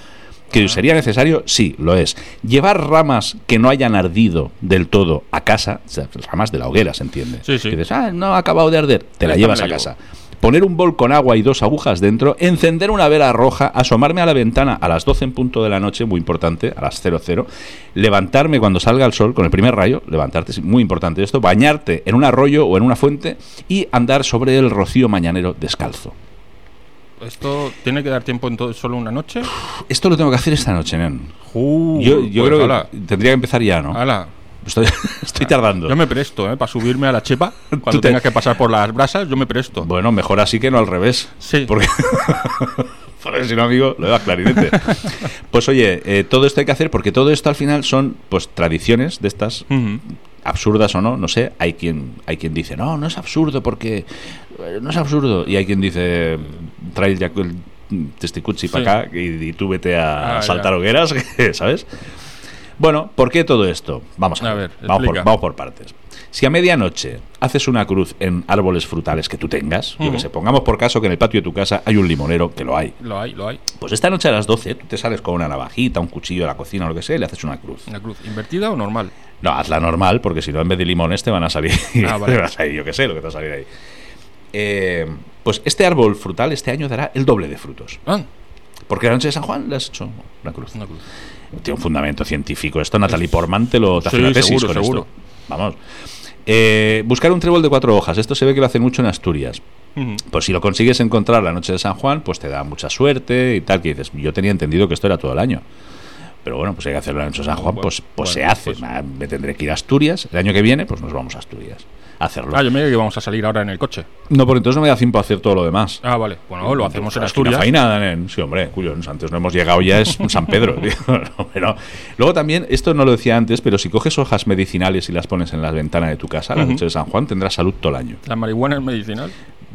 [SPEAKER 2] que
[SPEAKER 1] Ah.
[SPEAKER 2] sería necesario, sí, lo es. Llevar ramas que no hayan ardido del todo a casa, o sea, ramas de la hoguera, se entiende.
[SPEAKER 1] Sí, sí.
[SPEAKER 2] Que dices, ah, no ha acabado de arder, te la
[SPEAKER 1] Esta
[SPEAKER 2] llevas
[SPEAKER 1] me
[SPEAKER 2] a
[SPEAKER 1] la llevo.
[SPEAKER 2] casa. Poner un bol con agua y dos agujas dentro, encender una vela roja, asomarme a la ventana a las 12 en punto de la noche, muy importante, a las 00, levantarme cuando salga el sol con el primer rayo, levantarte, es muy importante esto, bañarte en un arroyo o en una fuente y andar sobre el rocío mañanero descalzo.
[SPEAKER 1] ¿Esto tiene que dar tiempo en todo, solo una noche?
[SPEAKER 2] Esto lo tengo que hacer esta noche, nen.
[SPEAKER 1] Uh,
[SPEAKER 2] Yo, yo
[SPEAKER 1] pues
[SPEAKER 2] creo
[SPEAKER 1] ala,
[SPEAKER 2] que tendría que empezar ya, ¿no?
[SPEAKER 1] ala.
[SPEAKER 2] Estoy, estoy tardando.
[SPEAKER 1] Yo me presto, ¿eh? Para subirme a la chepa,
[SPEAKER 2] Tú
[SPEAKER 1] cuando
[SPEAKER 2] te-
[SPEAKER 1] tengas que pasar por las brasas, yo me presto.
[SPEAKER 2] Bueno, mejor así que no al revés.
[SPEAKER 1] Sí.
[SPEAKER 2] Porque, porque si no, amigo, lo das clarinete. Pues oye, eh, todo esto hay que hacer porque todo esto al final son pues tradiciones de estas
[SPEAKER 1] Ujú.
[SPEAKER 2] absurdas o no, no sé, hay quien hay quien dice, "No, no es absurdo porque eh, no es absurdo" y hay quien dice, "Trae el, yacu- el
[SPEAKER 1] Sí.
[SPEAKER 2] testicuchi para acá y, y tú vete a
[SPEAKER 1] Ah,
[SPEAKER 2] saltar
[SPEAKER 1] ya.
[SPEAKER 2] hogueras", ¿sabes? Bueno, ¿por qué todo esto? Vamos a,
[SPEAKER 1] A
[SPEAKER 2] ver,
[SPEAKER 1] ver,
[SPEAKER 2] vamos, por,
[SPEAKER 1] explica.
[SPEAKER 2] vamos por partes. Si a medianoche haces una cruz en árboles frutales que tú tengas, yo que
[SPEAKER 1] Ujú.
[SPEAKER 2] sé, pongamos por caso que en el patio de tu casa hay un limonero, que lo hay.
[SPEAKER 1] Lo hay, lo hay.
[SPEAKER 2] Pues esta noche a las 12 tú te sales con una navajita, un cuchillo a la cocina o lo que sea y le haces una cruz.
[SPEAKER 1] ¿Una cruz invertida o normal?
[SPEAKER 2] No, hazla normal, porque si no, en vez de limones te van a salir.
[SPEAKER 1] Ah, vale.
[SPEAKER 2] te van a salir, yo qué sé, lo que te va a salir ahí. Eh, pues este árbol frutal este año dará el doble de frutos.
[SPEAKER 1] Ah,
[SPEAKER 2] Porque la noche de San Juan le has hecho una cruz.
[SPEAKER 1] una cruz.
[SPEAKER 2] Tiene un fundamento científico. Esto Natalie Portman te lo te hace
[SPEAKER 1] Sí,
[SPEAKER 2] una tesis
[SPEAKER 1] seguro,
[SPEAKER 2] con
[SPEAKER 1] seguro.
[SPEAKER 2] esto. Vamos. Eh, buscar un trébol de cuatro hojas. Esto se ve que lo hacen mucho en Asturias.
[SPEAKER 1] Ujú.
[SPEAKER 2] Pues si lo consigues encontrar la noche de San Juan, pues te da mucha suerte y tal. Que dices, yo tenía entendido que esto era todo el año. Pero bueno, pues hay que hacerlo la noche de San Juan,
[SPEAKER 1] Bueno,
[SPEAKER 2] pues,
[SPEAKER 1] bueno,
[SPEAKER 2] pues se hace.
[SPEAKER 1] pues-
[SPEAKER 2] Ma- Me tendré que ir a Asturias. El año que viene, pues nos vamos a Asturias a hacerlo.
[SPEAKER 1] Ah, yo me digo que vamos a salir ahora en el coche.
[SPEAKER 2] No, por entonces no me da tiempo a hacer todo lo demás.
[SPEAKER 1] Ah, vale. Bueno, lo hacemos en
[SPEAKER 2] Es que una
[SPEAKER 1] Asturias.
[SPEAKER 2] faena, nen. Sí, hombre, cuyo antes no hemos llegado ya es San Pedro. tío. No, pero- Luego también, esto no lo decía antes, pero si coges hojas medicinales y las pones en la ventana de tu casa, la
[SPEAKER 1] Ujú.
[SPEAKER 2] noche de San Juan, tendrás salud todo el año.
[SPEAKER 1] La marihuana es medicinal.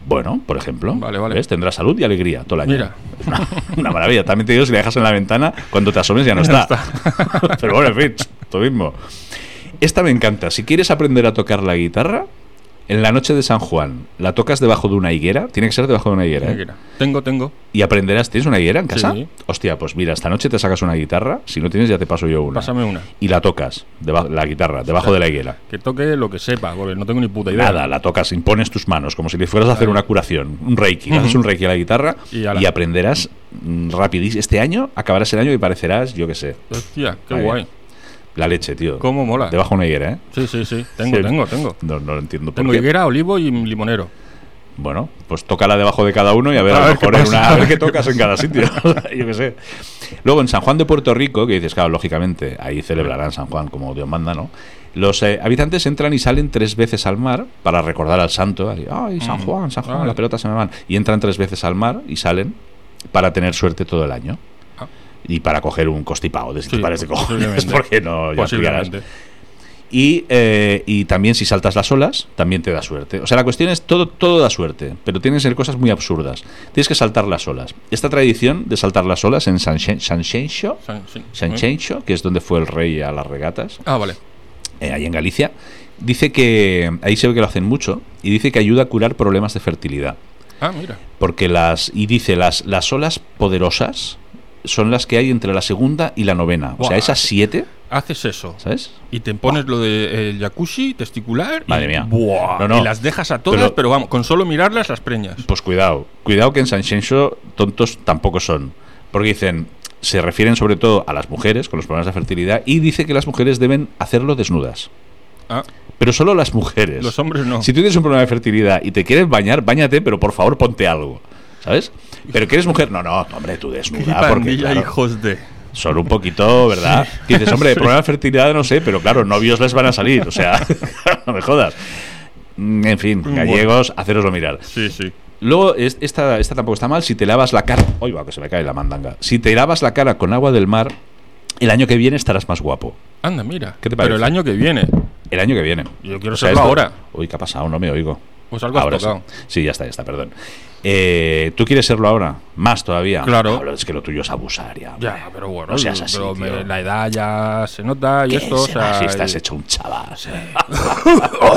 [SPEAKER 2] Bueno, por ejemplo,
[SPEAKER 1] Vale, vale.
[SPEAKER 2] ¿ves? tendrás salud y alegría todo el año.
[SPEAKER 1] Mira.
[SPEAKER 2] Es Una, una maravilla. También te digo, si la dejas en la ventana, cuando te asomes ya no está. Pero bueno, en fin, tú mismo. Esta me encanta. Si quieres aprender a tocar la guitarra, en la noche de San Juan, la tocas debajo de una higuera. Tiene que ser debajo de una higuera. ¿eh?
[SPEAKER 1] Mira, Tengo, tengo.
[SPEAKER 2] Y aprenderás. ¿Tienes una higuera en casa?
[SPEAKER 1] Sí.
[SPEAKER 2] Hostia, pues mira, esta noche te sacas una guitarra. Si no tienes, ya te paso yo una.
[SPEAKER 1] Pásame una.
[SPEAKER 2] Y la tocas, debajo, la guitarra, debajo de la higuera.
[SPEAKER 1] Que toque lo que sepa, porque no tengo ni puta idea.
[SPEAKER 2] Nada, la tocas, impones tus manos, como si le fueras a hacer
[SPEAKER 1] Ahí.
[SPEAKER 2] una curación, un reiki. Le
[SPEAKER 1] Ujú.
[SPEAKER 2] haces un reiki a la guitarra y,
[SPEAKER 1] Y ala.
[SPEAKER 2] aprenderás rapidísimo. Este año acabarás el año y parecerás, yo qué sé,
[SPEAKER 1] Hostia, qué
[SPEAKER 2] Ahí.
[SPEAKER 1] guay.
[SPEAKER 2] la leche, tío.
[SPEAKER 1] Cómo mola.
[SPEAKER 2] Debajo de una higuera, ¿eh?
[SPEAKER 1] Sí, sí, sí. Tengo,
[SPEAKER 2] Sí.
[SPEAKER 1] tengo, tengo.
[SPEAKER 2] No, no lo entiendo por
[SPEAKER 1] Tengo
[SPEAKER 2] qué.
[SPEAKER 1] higuera, olivo y limonero.
[SPEAKER 2] Bueno, pues tócala debajo de cada uno y a ver,
[SPEAKER 1] A
[SPEAKER 2] a lo
[SPEAKER 1] ver qué
[SPEAKER 2] mejor en
[SPEAKER 1] pasa.
[SPEAKER 2] una- a ver qué tocas en cada sitio. yo qué sé. Luego en San Juan de Puerto Rico, que dices, claro, lógicamente, ahí celebrarán San Juan como Dios manda, ¿no? Los eh, habitantes entran y salen tres veces al mar para recordar al santo. Ahí, Ay, San
[SPEAKER 1] Mm.
[SPEAKER 2] Juan, San Juan,
[SPEAKER 1] Vale.
[SPEAKER 2] la pelota se me van. Y entran tres veces al mar y salen para tener suerte todo el año.
[SPEAKER 1] Ah.
[SPEAKER 2] Y para coger un costipado de si
[SPEAKER 1] Sí,
[SPEAKER 2] te pares de cojones,
[SPEAKER 1] posiblemente.
[SPEAKER 2] porque no, Pues ya pillarás.
[SPEAKER 1] Posiblemente.
[SPEAKER 2] Y, eh, y también si saltas las olas, también te da suerte. O sea, la cuestión es, todo, todo da suerte, pero tienen que ser cosas muy absurdas. Tienes que saltar las olas. Esta tradición de saltar las olas en San Sanxenxo,
[SPEAKER 1] San- sí.
[SPEAKER 2] Sanxenxo, que es donde fue el rey a las regatas,
[SPEAKER 1] Ah, vale.
[SPEAKER 2] eh, ahí en Galicia, dice que, ahí se ve que lo hacen mucho, y dice que ayuda a curar problemas de fertilidad.
[SPEAKER 1] Ah, mira.
[SPEAKER 2] Porque las, y dice, las, las olas poderosas son las que hay entre la segunda y la novena. O sea,
[SPEAKER 1] Buah.
[SPEAKER 2] esas siete,
[SPEAKER 1] Haces eso.
[SPEAKER 2] ¿sabes?
[SPEAKER 1] Y te pones lo de eh, jacuzzi, testicular. y-
[SPEAKER 2] Madre mía.
[SPEAKER 1] Buah,
[SPEAKER 2] No, no.
[SPEAKER 1] Y las dejas a todas,
[SPEAKER 2] Pero-
[SPEAKER 1] pero, vamos, con solo mirarlas las preñas.
[SPEAKER 2] Pues cuidado, cuidado que en San Xenxo tontos tampoco son. Porque dicen, se refieren sobre todo a las mujeres con los problemas de fertilidad y dice que las mujeres deben hacerlo desnudas.
[SPEAKER 1] Ah,
[SPEAKER 2] Pero solo las mujeres.
[SPEAKER 1] los hombres no.
[SPEAKER 2] Si tú tienes un problema de fertilidad y te quieres bañar, bañate, pero por favor ponte algo. ¿Sabes? Pero que eres mujer, no, no, hombre, tú
[SPEAKER 1] Qué
[SPEAKER 2] desnuda, Ah, porque
[SPEAKER 1] pandilla,
[SPEAKER 2] claro,
[SPEAKER 1] hijos de.
[SPEAKER 2] solo un poquito, ¿verdad? Dices, hombre, problema de fertilidad no sé, pero claro, novios les van a salir, o sea, no me jodas. Mm, En fin,
[SPEAKER 1] Bueno.
[SPEAKER 2] gallegos, haceroslo mirar.
[SPEAKER 1] Sí, sí.
[SPEAKER 2] Luego, es- esta, esta tampoco está mal. Si te lavas la cara. Oye, va, que se me cae la mandanga. Si te lavas la cara con agua del mar, el año que viene estarás más guapo.
[SPEAKER 1] Anda, mira.
[SPEAKER 2] ¿Qué te
[SPEAKER 1] Pero el
[SPEAKER 2] parece?
[SPEAKER 1] año que viene.
[SPEAKER 2] El año que viene.
[SPEAKER 1] Yo quiero saberlo ahora.
[SPEAKER 2] Uy, ¿qué ha pasado? No me oigo.
[SPEAKER 1] Pues algo has
[SPEAKER 2] Ahora sí.
[SPEAKER 1] tocado.
[SPEAKER 2] Sí, ya está, ya está, perdón. Eh, ¿Tú quieres serlo ahora? Más todavía.
[SPEAKER 1] Claro.
[SPEAKER 2] Pablo, es que lo tuyo es abusar ya. hombre.
[SPEAKER 1] Ya, pero bueno.
[SPEAKER 2] No seas así,
[SPEAKER 1] pero me-
[SPEAKER 2] tío.
[SPEAKER 1] la edad ya se nota y
[SPEAKER 2] ¿Qué
[SPEAKER 1] esto. O
[SPEAKER 2] será
[SPEAKER 1] sea,
[SPEAKER 2] si estás
[SPEAKER 1] y-
[SPEAKER 2] hecho un chaval.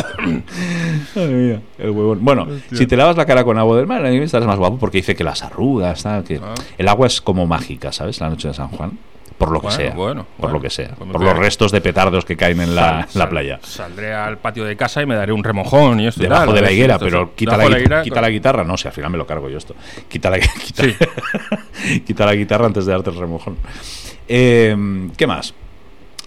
[SPEAKER 2] Madre mía, el huevón. Bueno,
[SPEAKER 1] Hostia.
[SPEAKER 2] si te lavas la cara con agua del mar, a mí estarás más guapo porque dice que las arrugas, tal, que
[SPEAKER 1] Ah.
[SPEAKER 2] el agua es como mágica, ¿sabes? La noche de San Juan. Por lo que
[SPEAKER 1] Bueno,
[SPEAKER 2] sea.
[SPEAKER 1] bueno,
[SPEAKER 2] por
[SPEAKER 1] bueno.
[SPEAKER 2] lo que sea.
[SPEAKER 1] Pues me
[SPEAKER 2] por
[SPEAKER 1] pega.
[SPEAKER 2] los restos de petardos que caen en
[SPEAKER 1] Sal-
[SPEAKER 2] la, la
[SPEAKER 1] sal-
[SPEAKER 2] playa.
[SPEAKER 1] Saldré al patio de casa y me daré un remojón y esto. y
[SPEAKER 2] Debajo
[SPEAKER 1] tal,
[SPEAKER 2] de
[SPEAKER 1] a
[SPEAKER 2] la
[SPEAKER 1] ver si
[SPEAKER 2] higuera,
[SPEAKER 1] esto-
[SPEAKER 2] pero quita
[SPEAKER 1] debajo
[SPEAKER 2] la,
[SPEAKER 1] de
[SPEAKER 2] gui-
[SPEAKER 1] higuera,
[SPEAKER 2] quita la guitarra. No, si al final me lo cargo yo esto. Quita la, quita,
[SPEAKER 1] Sí.
[SPEAKER 2] quita la guitarra antes de darte el remojón. Eh, ¿Qué más?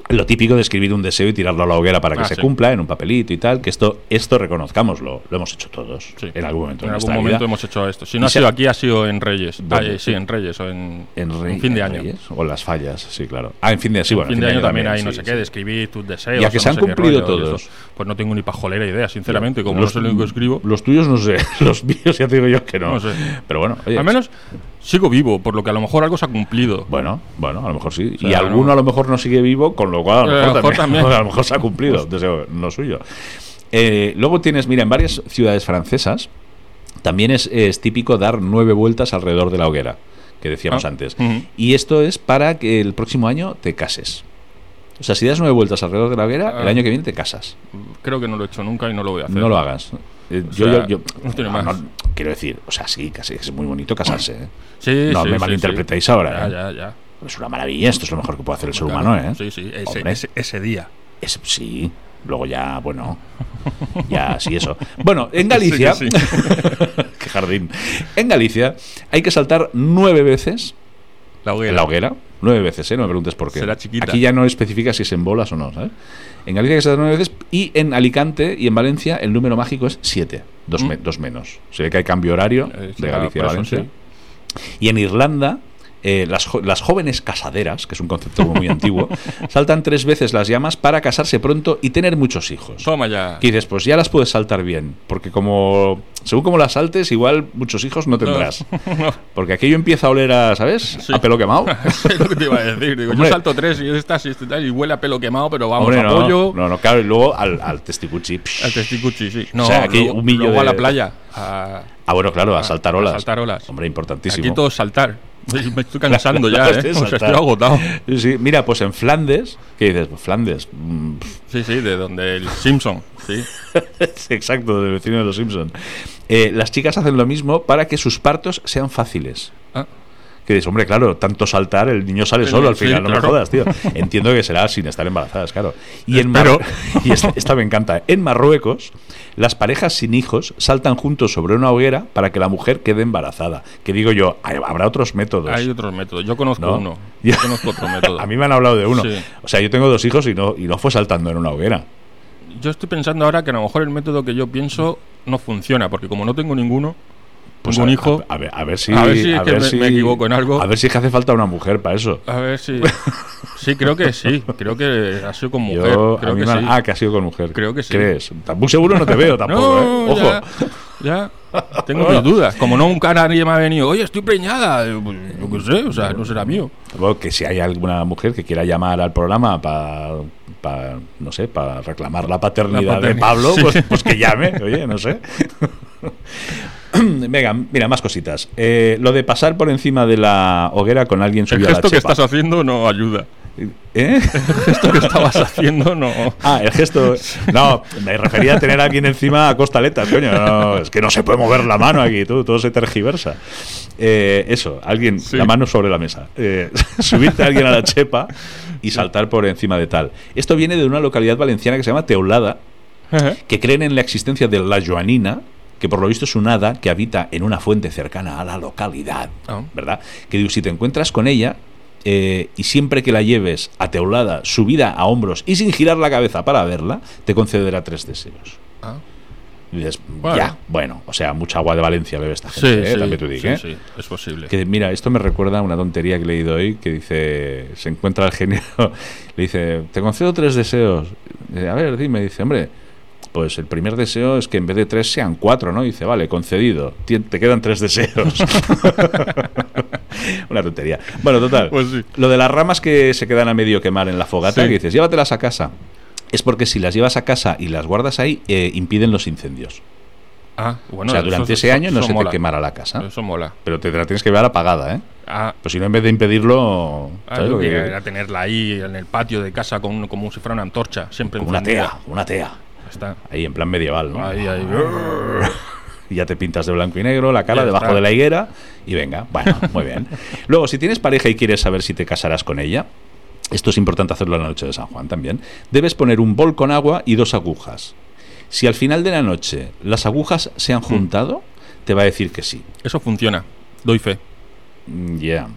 [SPEAKER 2] Lo típico de escribir un deseo y tirarlo a la hoguera para que
[SPEAKER 1] Ah,
[SPEAKER 2] se
[SPEAKER 1] sí.
[SPEAKER 2] cumpla en un papelito y tal, que esto, esto reconozcámoslo, lo hemos hecho todos
[SPEAKER 1] Sí.
[SPEAKER 2] en algún momento.
[SPEAKER 1] En algún
[SPEAKER 2] de nuestra
[SPEAKER 1] momento
[SPEAKER 2] vida.
[SPEAKER 1] hemos hecho esto. Si no
[SPEAKER 2] Y
[SPEAKER 1] ha
[SPEAKER 2] se-
[SPEAKER 1] sido aquí, ha sido en Reyes. Ah,
[SPEAKER 2] ¿Dónde?
[SPEAKER 1] eh, sí, en Reyes o en,
[SPEAKER 2] En, Rey-
[SPEAKER 1] en fin de
[SPEAKER 2] en
[SPEAKER 1] año.
[SPEAKER 2] Reyes, o en las fallas, sí, claro. Ah, en fin de, sí, bueno,
[SPEAKER 1] fin de año también hay
[SPEAKER 2] sí,
[SPEAKER 1] no sé
[SPEAKER 2] sí.
[SPEAKER 1] qué, de escribir tus deseos.
[SPEAKER 2] Y a que
[SPEAKER 1] o
[SPEAKER 2] se
[SPEAKER 1] no
[SPEAKER 2] han
[SPEAKER 1] sé qué
[SPEAKER 2] cumplido
[SPEAKER 1] rollo y
[SPEAKER 2] todos.
[SPEAKER 1] eso. Pues no tengo ni pajolera idea, sinceramente, como no
[SPEAKER 2] Los-
[SPEAKER 1] sé lo que escribo.
[SPEAKER 2] Los tuyos no sé, los míos ya te digo yo que no.
[SPEAKER 1] No sé.
[SPEAKER 2] Pero bueno, oye,
[SPEAKER 1] Al menos sigo vivo, por lo que a lo mejor algo se ha cumplido.
[SPEAKER 2] Bueno, bueno, a lo mejor sí.
[SPEAKER 1] O sea,
[SPEAKER 2] y alguno
[SPEAKER 1] no. Eh,
[SPEAKER 2] a lo mejor no sigue vivo, con lo cual a lo mejor, también,
[SPEAKER 1] también. Pues-
[SPEAKER 2] a lo mejor se ha cumplido, desde no suyo. Eh, luego tienes, mira, en varias ciudades francesas también es, es típico dar nueve vueltas alrededor de la hoguera, que decíamos
[SPEAKER 1] Ah,
[SPEAKER 2] antes.
[SPEAKER 1] ujú.
[SPEAKER 2] Y esto es para que el próximo año te cases. O sea, si das nueve vueltas alrededor de la hoguera, el
[SPEAKER 1] Ah.
[SPEAKER 2] año que viene te casas.
[SPEAKER 1] Creo que no lo he hecho nunca y no lo voy a hacer.
[SPEAKER 2] No lo hagas. Eh,
[SPEAKER 1] O
[SPEAKER 2] yo,
[SPEAKER 1] sea,
[SPEAKER 2] yo- yo-
[SPEAKER 1] no tiene
[SPEAKER 2] Ah,
[SPEAKER 1] más.
[SPEAKER 2] quiero decir, o sea, sí, casi es muy bonito casarse. ¿eh?
[SPEAKER 1] Sí,
[SPEAKER 2] No
[SPEAKER 1] sí,
[SPEAKER 2] me
[SPEAKER 1] sí,
[SPEAKER 2] malinterpretéis
[SPEAKER 1] sí.
[SPEAKER 2] ahora, ¿eh?
[SPEAKER 1] Ya, ya, ya.
[SPEAKER 2] Es una maravilla, esto es lo mejor que puede hacer el ser
[SPEAKER 1] Claro.
[SPEAKER 2] humano, ¿eh?
[SPEAKER 1] Sí, sí, ese,
[SPEAKER 2] Hombre.
[SPEAKER 1] ese- ese día.
[SPEAKER 2] Es- sí, luego ya, bueno, ya sí, eso. Bueno, en Galicia,
[SPEAKER 1] Sí, que sí.
[SPEAKER 2] qué jardín, en Galicia hay que saltar nueve veces
[SPEAKER 1] La hoguera.
[SPEAKER 2] en la hoguera. Nueve veces, ¿eh? No me preguntes por qué.
[SPEAKER 1] Será chiquita.
[SPEAKER 2] Aquí ya no especifica si es en bolas o no, ¿sabes? En Galicia hay que saltar nueve veces y en Alicante y en Valencia el número mágico es siete, dos, me-
[SPEAKER 1] Mm.
[SPEAKER 2] dos menos. Se ve que hay cambio horario
[SPEAKER 1] Eh,
[SPEAKER 2] de
[SPEAKER 1] será
[SPEAKER 2] Galicia a
[SPEAKER 1] por eso,
[SPEAKER 2] Valencia.
[SPEAKER 1] sí.
[SPEAKER 2] Y en Irlanda, eh, las, jo- las jóvenes casaderas, que es un concepto muy antiguo, saltan tres veces las llamas para casarse pronto y tener muchos hijos.
[SPEAKER 1] Toma ya.
[SPEAKER 2] Que dices, pues ya las puedes saltar bien, porque como según como las saltes, igual muchos hijos no tendrás.
[SPEAKER 1] No.
[SPEAKER 2] Porque aquello empieza a oler a, ¿sabes?
[SPEAKER 1] Sí.
[SPEAKER 2] A pelo quemado.
[SPEAKER 1] es lo que te iba a decir. Digo, yo
[SPEAKER 2] Hombre.
[SPEAKER 1] salto tres y estas y este tal, y huele a pelo quemado, pero vamos,
[SPEAKER 2] Hombre,
[SPEAKER 1] a
[SPEAKER 2] no,
[SPEAKER 1] pollo,
[SPEAKER 2] no, no, claro, y luego al, al testicuchi. psh.
[SPEAKER 1] al testicuchi, sí. No,
[SPEAKER 2] O sea, aquí
[SPEAKER 1] luego-
[SPEAKER 2] un millo
[SPEAKER 1] luego a
[SPEAKER 2] de-
[SPEAKER 1] la playa. a-
[SPEAKER 2] Ah, bueno, claro, a
[SPEAKER 1] a-
[SPEAKER 2] saltar
[SPEAKER 1] a
[SPEAKER 2] olas.
[SPEAKER 1] saltar olas.
[SPEAKER 2] Hombre, importantísimo.
[SPEAKER 1] aquí todo es saltar. Me estoy cansando
[SPEAKER 2] La-
[SPEAKER 1] ya,
[SPEAKER 2] la-
[SPEAKER 1] ¿eh?
[SPEAKER 2] de
[SPEAKER 1] O sea,
[SPEAKER 2] saltar.
[SPEAKER 1] estoy agotado.
[SPEAKER 2] Sí, sí, mira, pues en Flandes, ¿qué dices? Pues Flandes, mm, pff,
[SPEAKER 1] Sí, sí, de donde el Simpson, sí.
[SPEAKER 2] Sí, Exacto, del vecino de los Simpson. Eh, las chicas hacen lo mismo para que sus partos sean fáciles.
[SPEAKER 1] Ah,
[SPEAKER 2] Que dices, hombre, claro, tanto saltar, el niño sale
[SPEAKER 1] Sí,
[SPEAKER 2] solo al
[SPEAKER 1] sí,
[SPEAKER 2] final, no me
[SPEAKER 1] claro. Eh,
[SPEAKER 2] jodas, tío. Entiendo que será sin estar embarazadas, claro. Y en
[SPEAKER 1] Espero.
[SPEAKER 2] Mar- y esta, esta me encanta. ¿eh? En Marruecos, las parejas sin hijos saltan juntos sobre una hoguera para que la mujer quede embarazada. Que digo yo, hay- habrá otros métodos.
[SPEAKER 1] hay otros métodos. Yo conozco
[SPEAKER 2] Pues ¿No?
[SPEAKER 1] uno.
[SPEAKER 2] Ya.
[SPEAKER 1] Yo conozco otro método.
[SPEAKER 2] A mí me han hablado de uno.
[SPEAKER 1] Sí.
[SPEAKER 2] O sea, yo tengo dos hijos y no, y no fue saltando en una hoguera.
[SPEAKER 1] Yo estoy pensando ahora que a lo mejor el método que yo pienso no funciona, porque como no tengo ninguno,
[SPEAKER 2] Pues
[SPEAKER 1] tengo un
[SPEAKER 2] a-
[SPEAKER 1] hijo.
[SPEAKER 2] A, a ver, a ver si.
[SPEAKER 1] A ver si es que
[SPEAKER 2] ver
[SPEAKER 1] me- me equivoco en algo.
[SPEAKER 2] A ver si es que hace falta una mujer para eso.
[SPEAKER 1] A ver si. Sí, creo que sí. Creo que ha sido con mujer.
[SPEAKER 2] Yo, a
[SPEAKER 1] creo
[SPEAKER 2] mí
[SPEAKER 1] que
[SPEAKER 2] me han-
[SPEAKER 1] sí.
[SPEAKER 2] Ah, que ha sido con mujer.
[SPEAKER 1] Creo que sí.
[SPEAKER 2] ¿Crees? Tan- Muy seguro no te veo tampoco,
[SPEAKER 1] no,
[SPEAKER 2] ¿eh? Ojo.
[SPEAKER 1] Ya, ya. Tengo mis dudas. Como no nunca nadie me ha venido, oye, estoy preñada. eh, pues, Yo qué sé, o sea, no será mío.
[SPEAKER 2] Luego, que si hay alguna mujer que quiera llamar al programa para, no sé, para reclamar la paternidad,
[SPEAKER 1] La paternidad,
[SPEAKER 2] de Pablo,
[SPEAKER 1] sí.
[SPEAKER 2] pues, pues que llame, oye, no sé. Venga, mira, más cositas. Eh, lo de pasar por encima de la hoguera con alguien
[SPEAKER 1] El
[SPEAKER 2] subido a la
[SPEAKER 1] gesto que
[SPEAKER 2] chepa.
[SPEAKER 1] estás haciendo no ayuda.
[SPEAKER 2] ¿Eh?
[SPEAKER 1] El gesto que estabas haciendo no.
[SPEAKER 2] Ah, el gesto. No, me refería a tener a alguien encima a costaletas, coño. No, es que no se puede mover la mano aquí, tú, todo se tergiversa. Eh, eso, alguien,
[SPEAKER 1] Sí.
[SPEAKER 2] la mano sobre la mesa. Eh, subirte a alguien a la chepa y saltar por encima de tal. Esto viene de una localidad valenciana que se llama Teulada, que creen en la existencia de la Joanina, que por lo visto es un hada que habita en una fuente cercana a la localidad,
[SPEAKER 1] Ah.
[SPEAKER 2] ¿verdad? Que digo, si te encuentras con ella, eh, y siempre que la lleves ateulada, subida a hombros y sin girar la cabeza para verla, te concederá tres deseos.
[SPEAKER 1] Ah.
[SPEAKER 2] Y dices,
[SPEAKER 1] Bueno.
[SPEAKER 2] ya, bueno, o sea, mucha agua de Valencia bebe esta
[SPEAKER 1] Sí,
[SPEAKER 2] gente, eh,
[SPEAKER 1] sí,
[SPEAKER 2] también te digo,
[SPEAKER 1] sí,
[SPEAKER 2] ¿eh?
[SPEAKER 1] sí, es posible.
[SPEAKER 2] Que mira, esto me recuerda a una tontería que he leído hoy que dice: Se encuentra el genio, le dice, Te concedo tres deseos. Dice, a ver, dime, dice, hombre, pues el primer deseo es que en vez de tres sean cuatro, ¿no? Dice, vale, concedido, Ti- te quedan tres deseos. una tontería. Bueno, total.
[SPEAKER 1] Pues sí.
[SPEAKER 2] Lo de las ramas que se quedan a medio quemar en la fogata,
[SPEAKER 1] Sí.
[SPEAKER 2] que dices, llévatelas a casa. Es porque si las llevas a casa y las guardas ahí, eh, impiden los incendios.
[SPEAKER 1] Ah, bueno,
[SPEAKER 2] o sea,
[SPEAKER 1] eso-
[SPEAKER 2] durante ese
[SPEAKER 1] eso-
[SPEAKER 2] año no
[SPEAKER 1] eso
[SPEAKER 2] se
[SPEAKER 1] mola.
[SPEAKER 2] te quemará la casa.
[SPEAKER 1] Eso mola.
[SPEAKER 2] Pero te la tienes que ver apagada, ¿eh?
[SPEAKER 1] Ah,
[SPEAKER 2] Pues si no, en vez de impedirlo,
[SPEAKER 1] ah,
[SPEAKER 2] ¿sabes
[SPEAKER 1] yo
[SPEAKER 2] lo que-
[SPEAKER 1] quería era tenerla ahí en el patio de casa con, como si fuera una antorcha, siempre
[SPEAKER 2] como una
[SPEAKER 1] encendida.
[SPEAKER 2] tea, una tea.
[SPEAKER 1] Está.
[SPEAKER 2] Ahí en plan medieval, ¿no?
[SPEAKER 1] Ahí, ahí.
[SPEAKER 2] Y ya te pintas de blanco y negro, la cara
[SPEAKER 1] Ya
[SPEAKER 2] debajo
[SPEAKER 1] está.
[SPEAKER 2] de la higuera y venga, bueno, muy bien. Luego, si tienes pareja y quieres saber si te casarás con ella, esto es importante hacerlo en la noche de San Juan también, debes poner un bol con agua y dos agujas. Si al final de la noche las agujas se
[SPEAKER 1] Mm.
[SPEAKER 2] han juntado, te va a decir que sí.
[SPEAKER 1] Eso funciona. Doy fe.
[SPEAKER 2] Mm, Ya.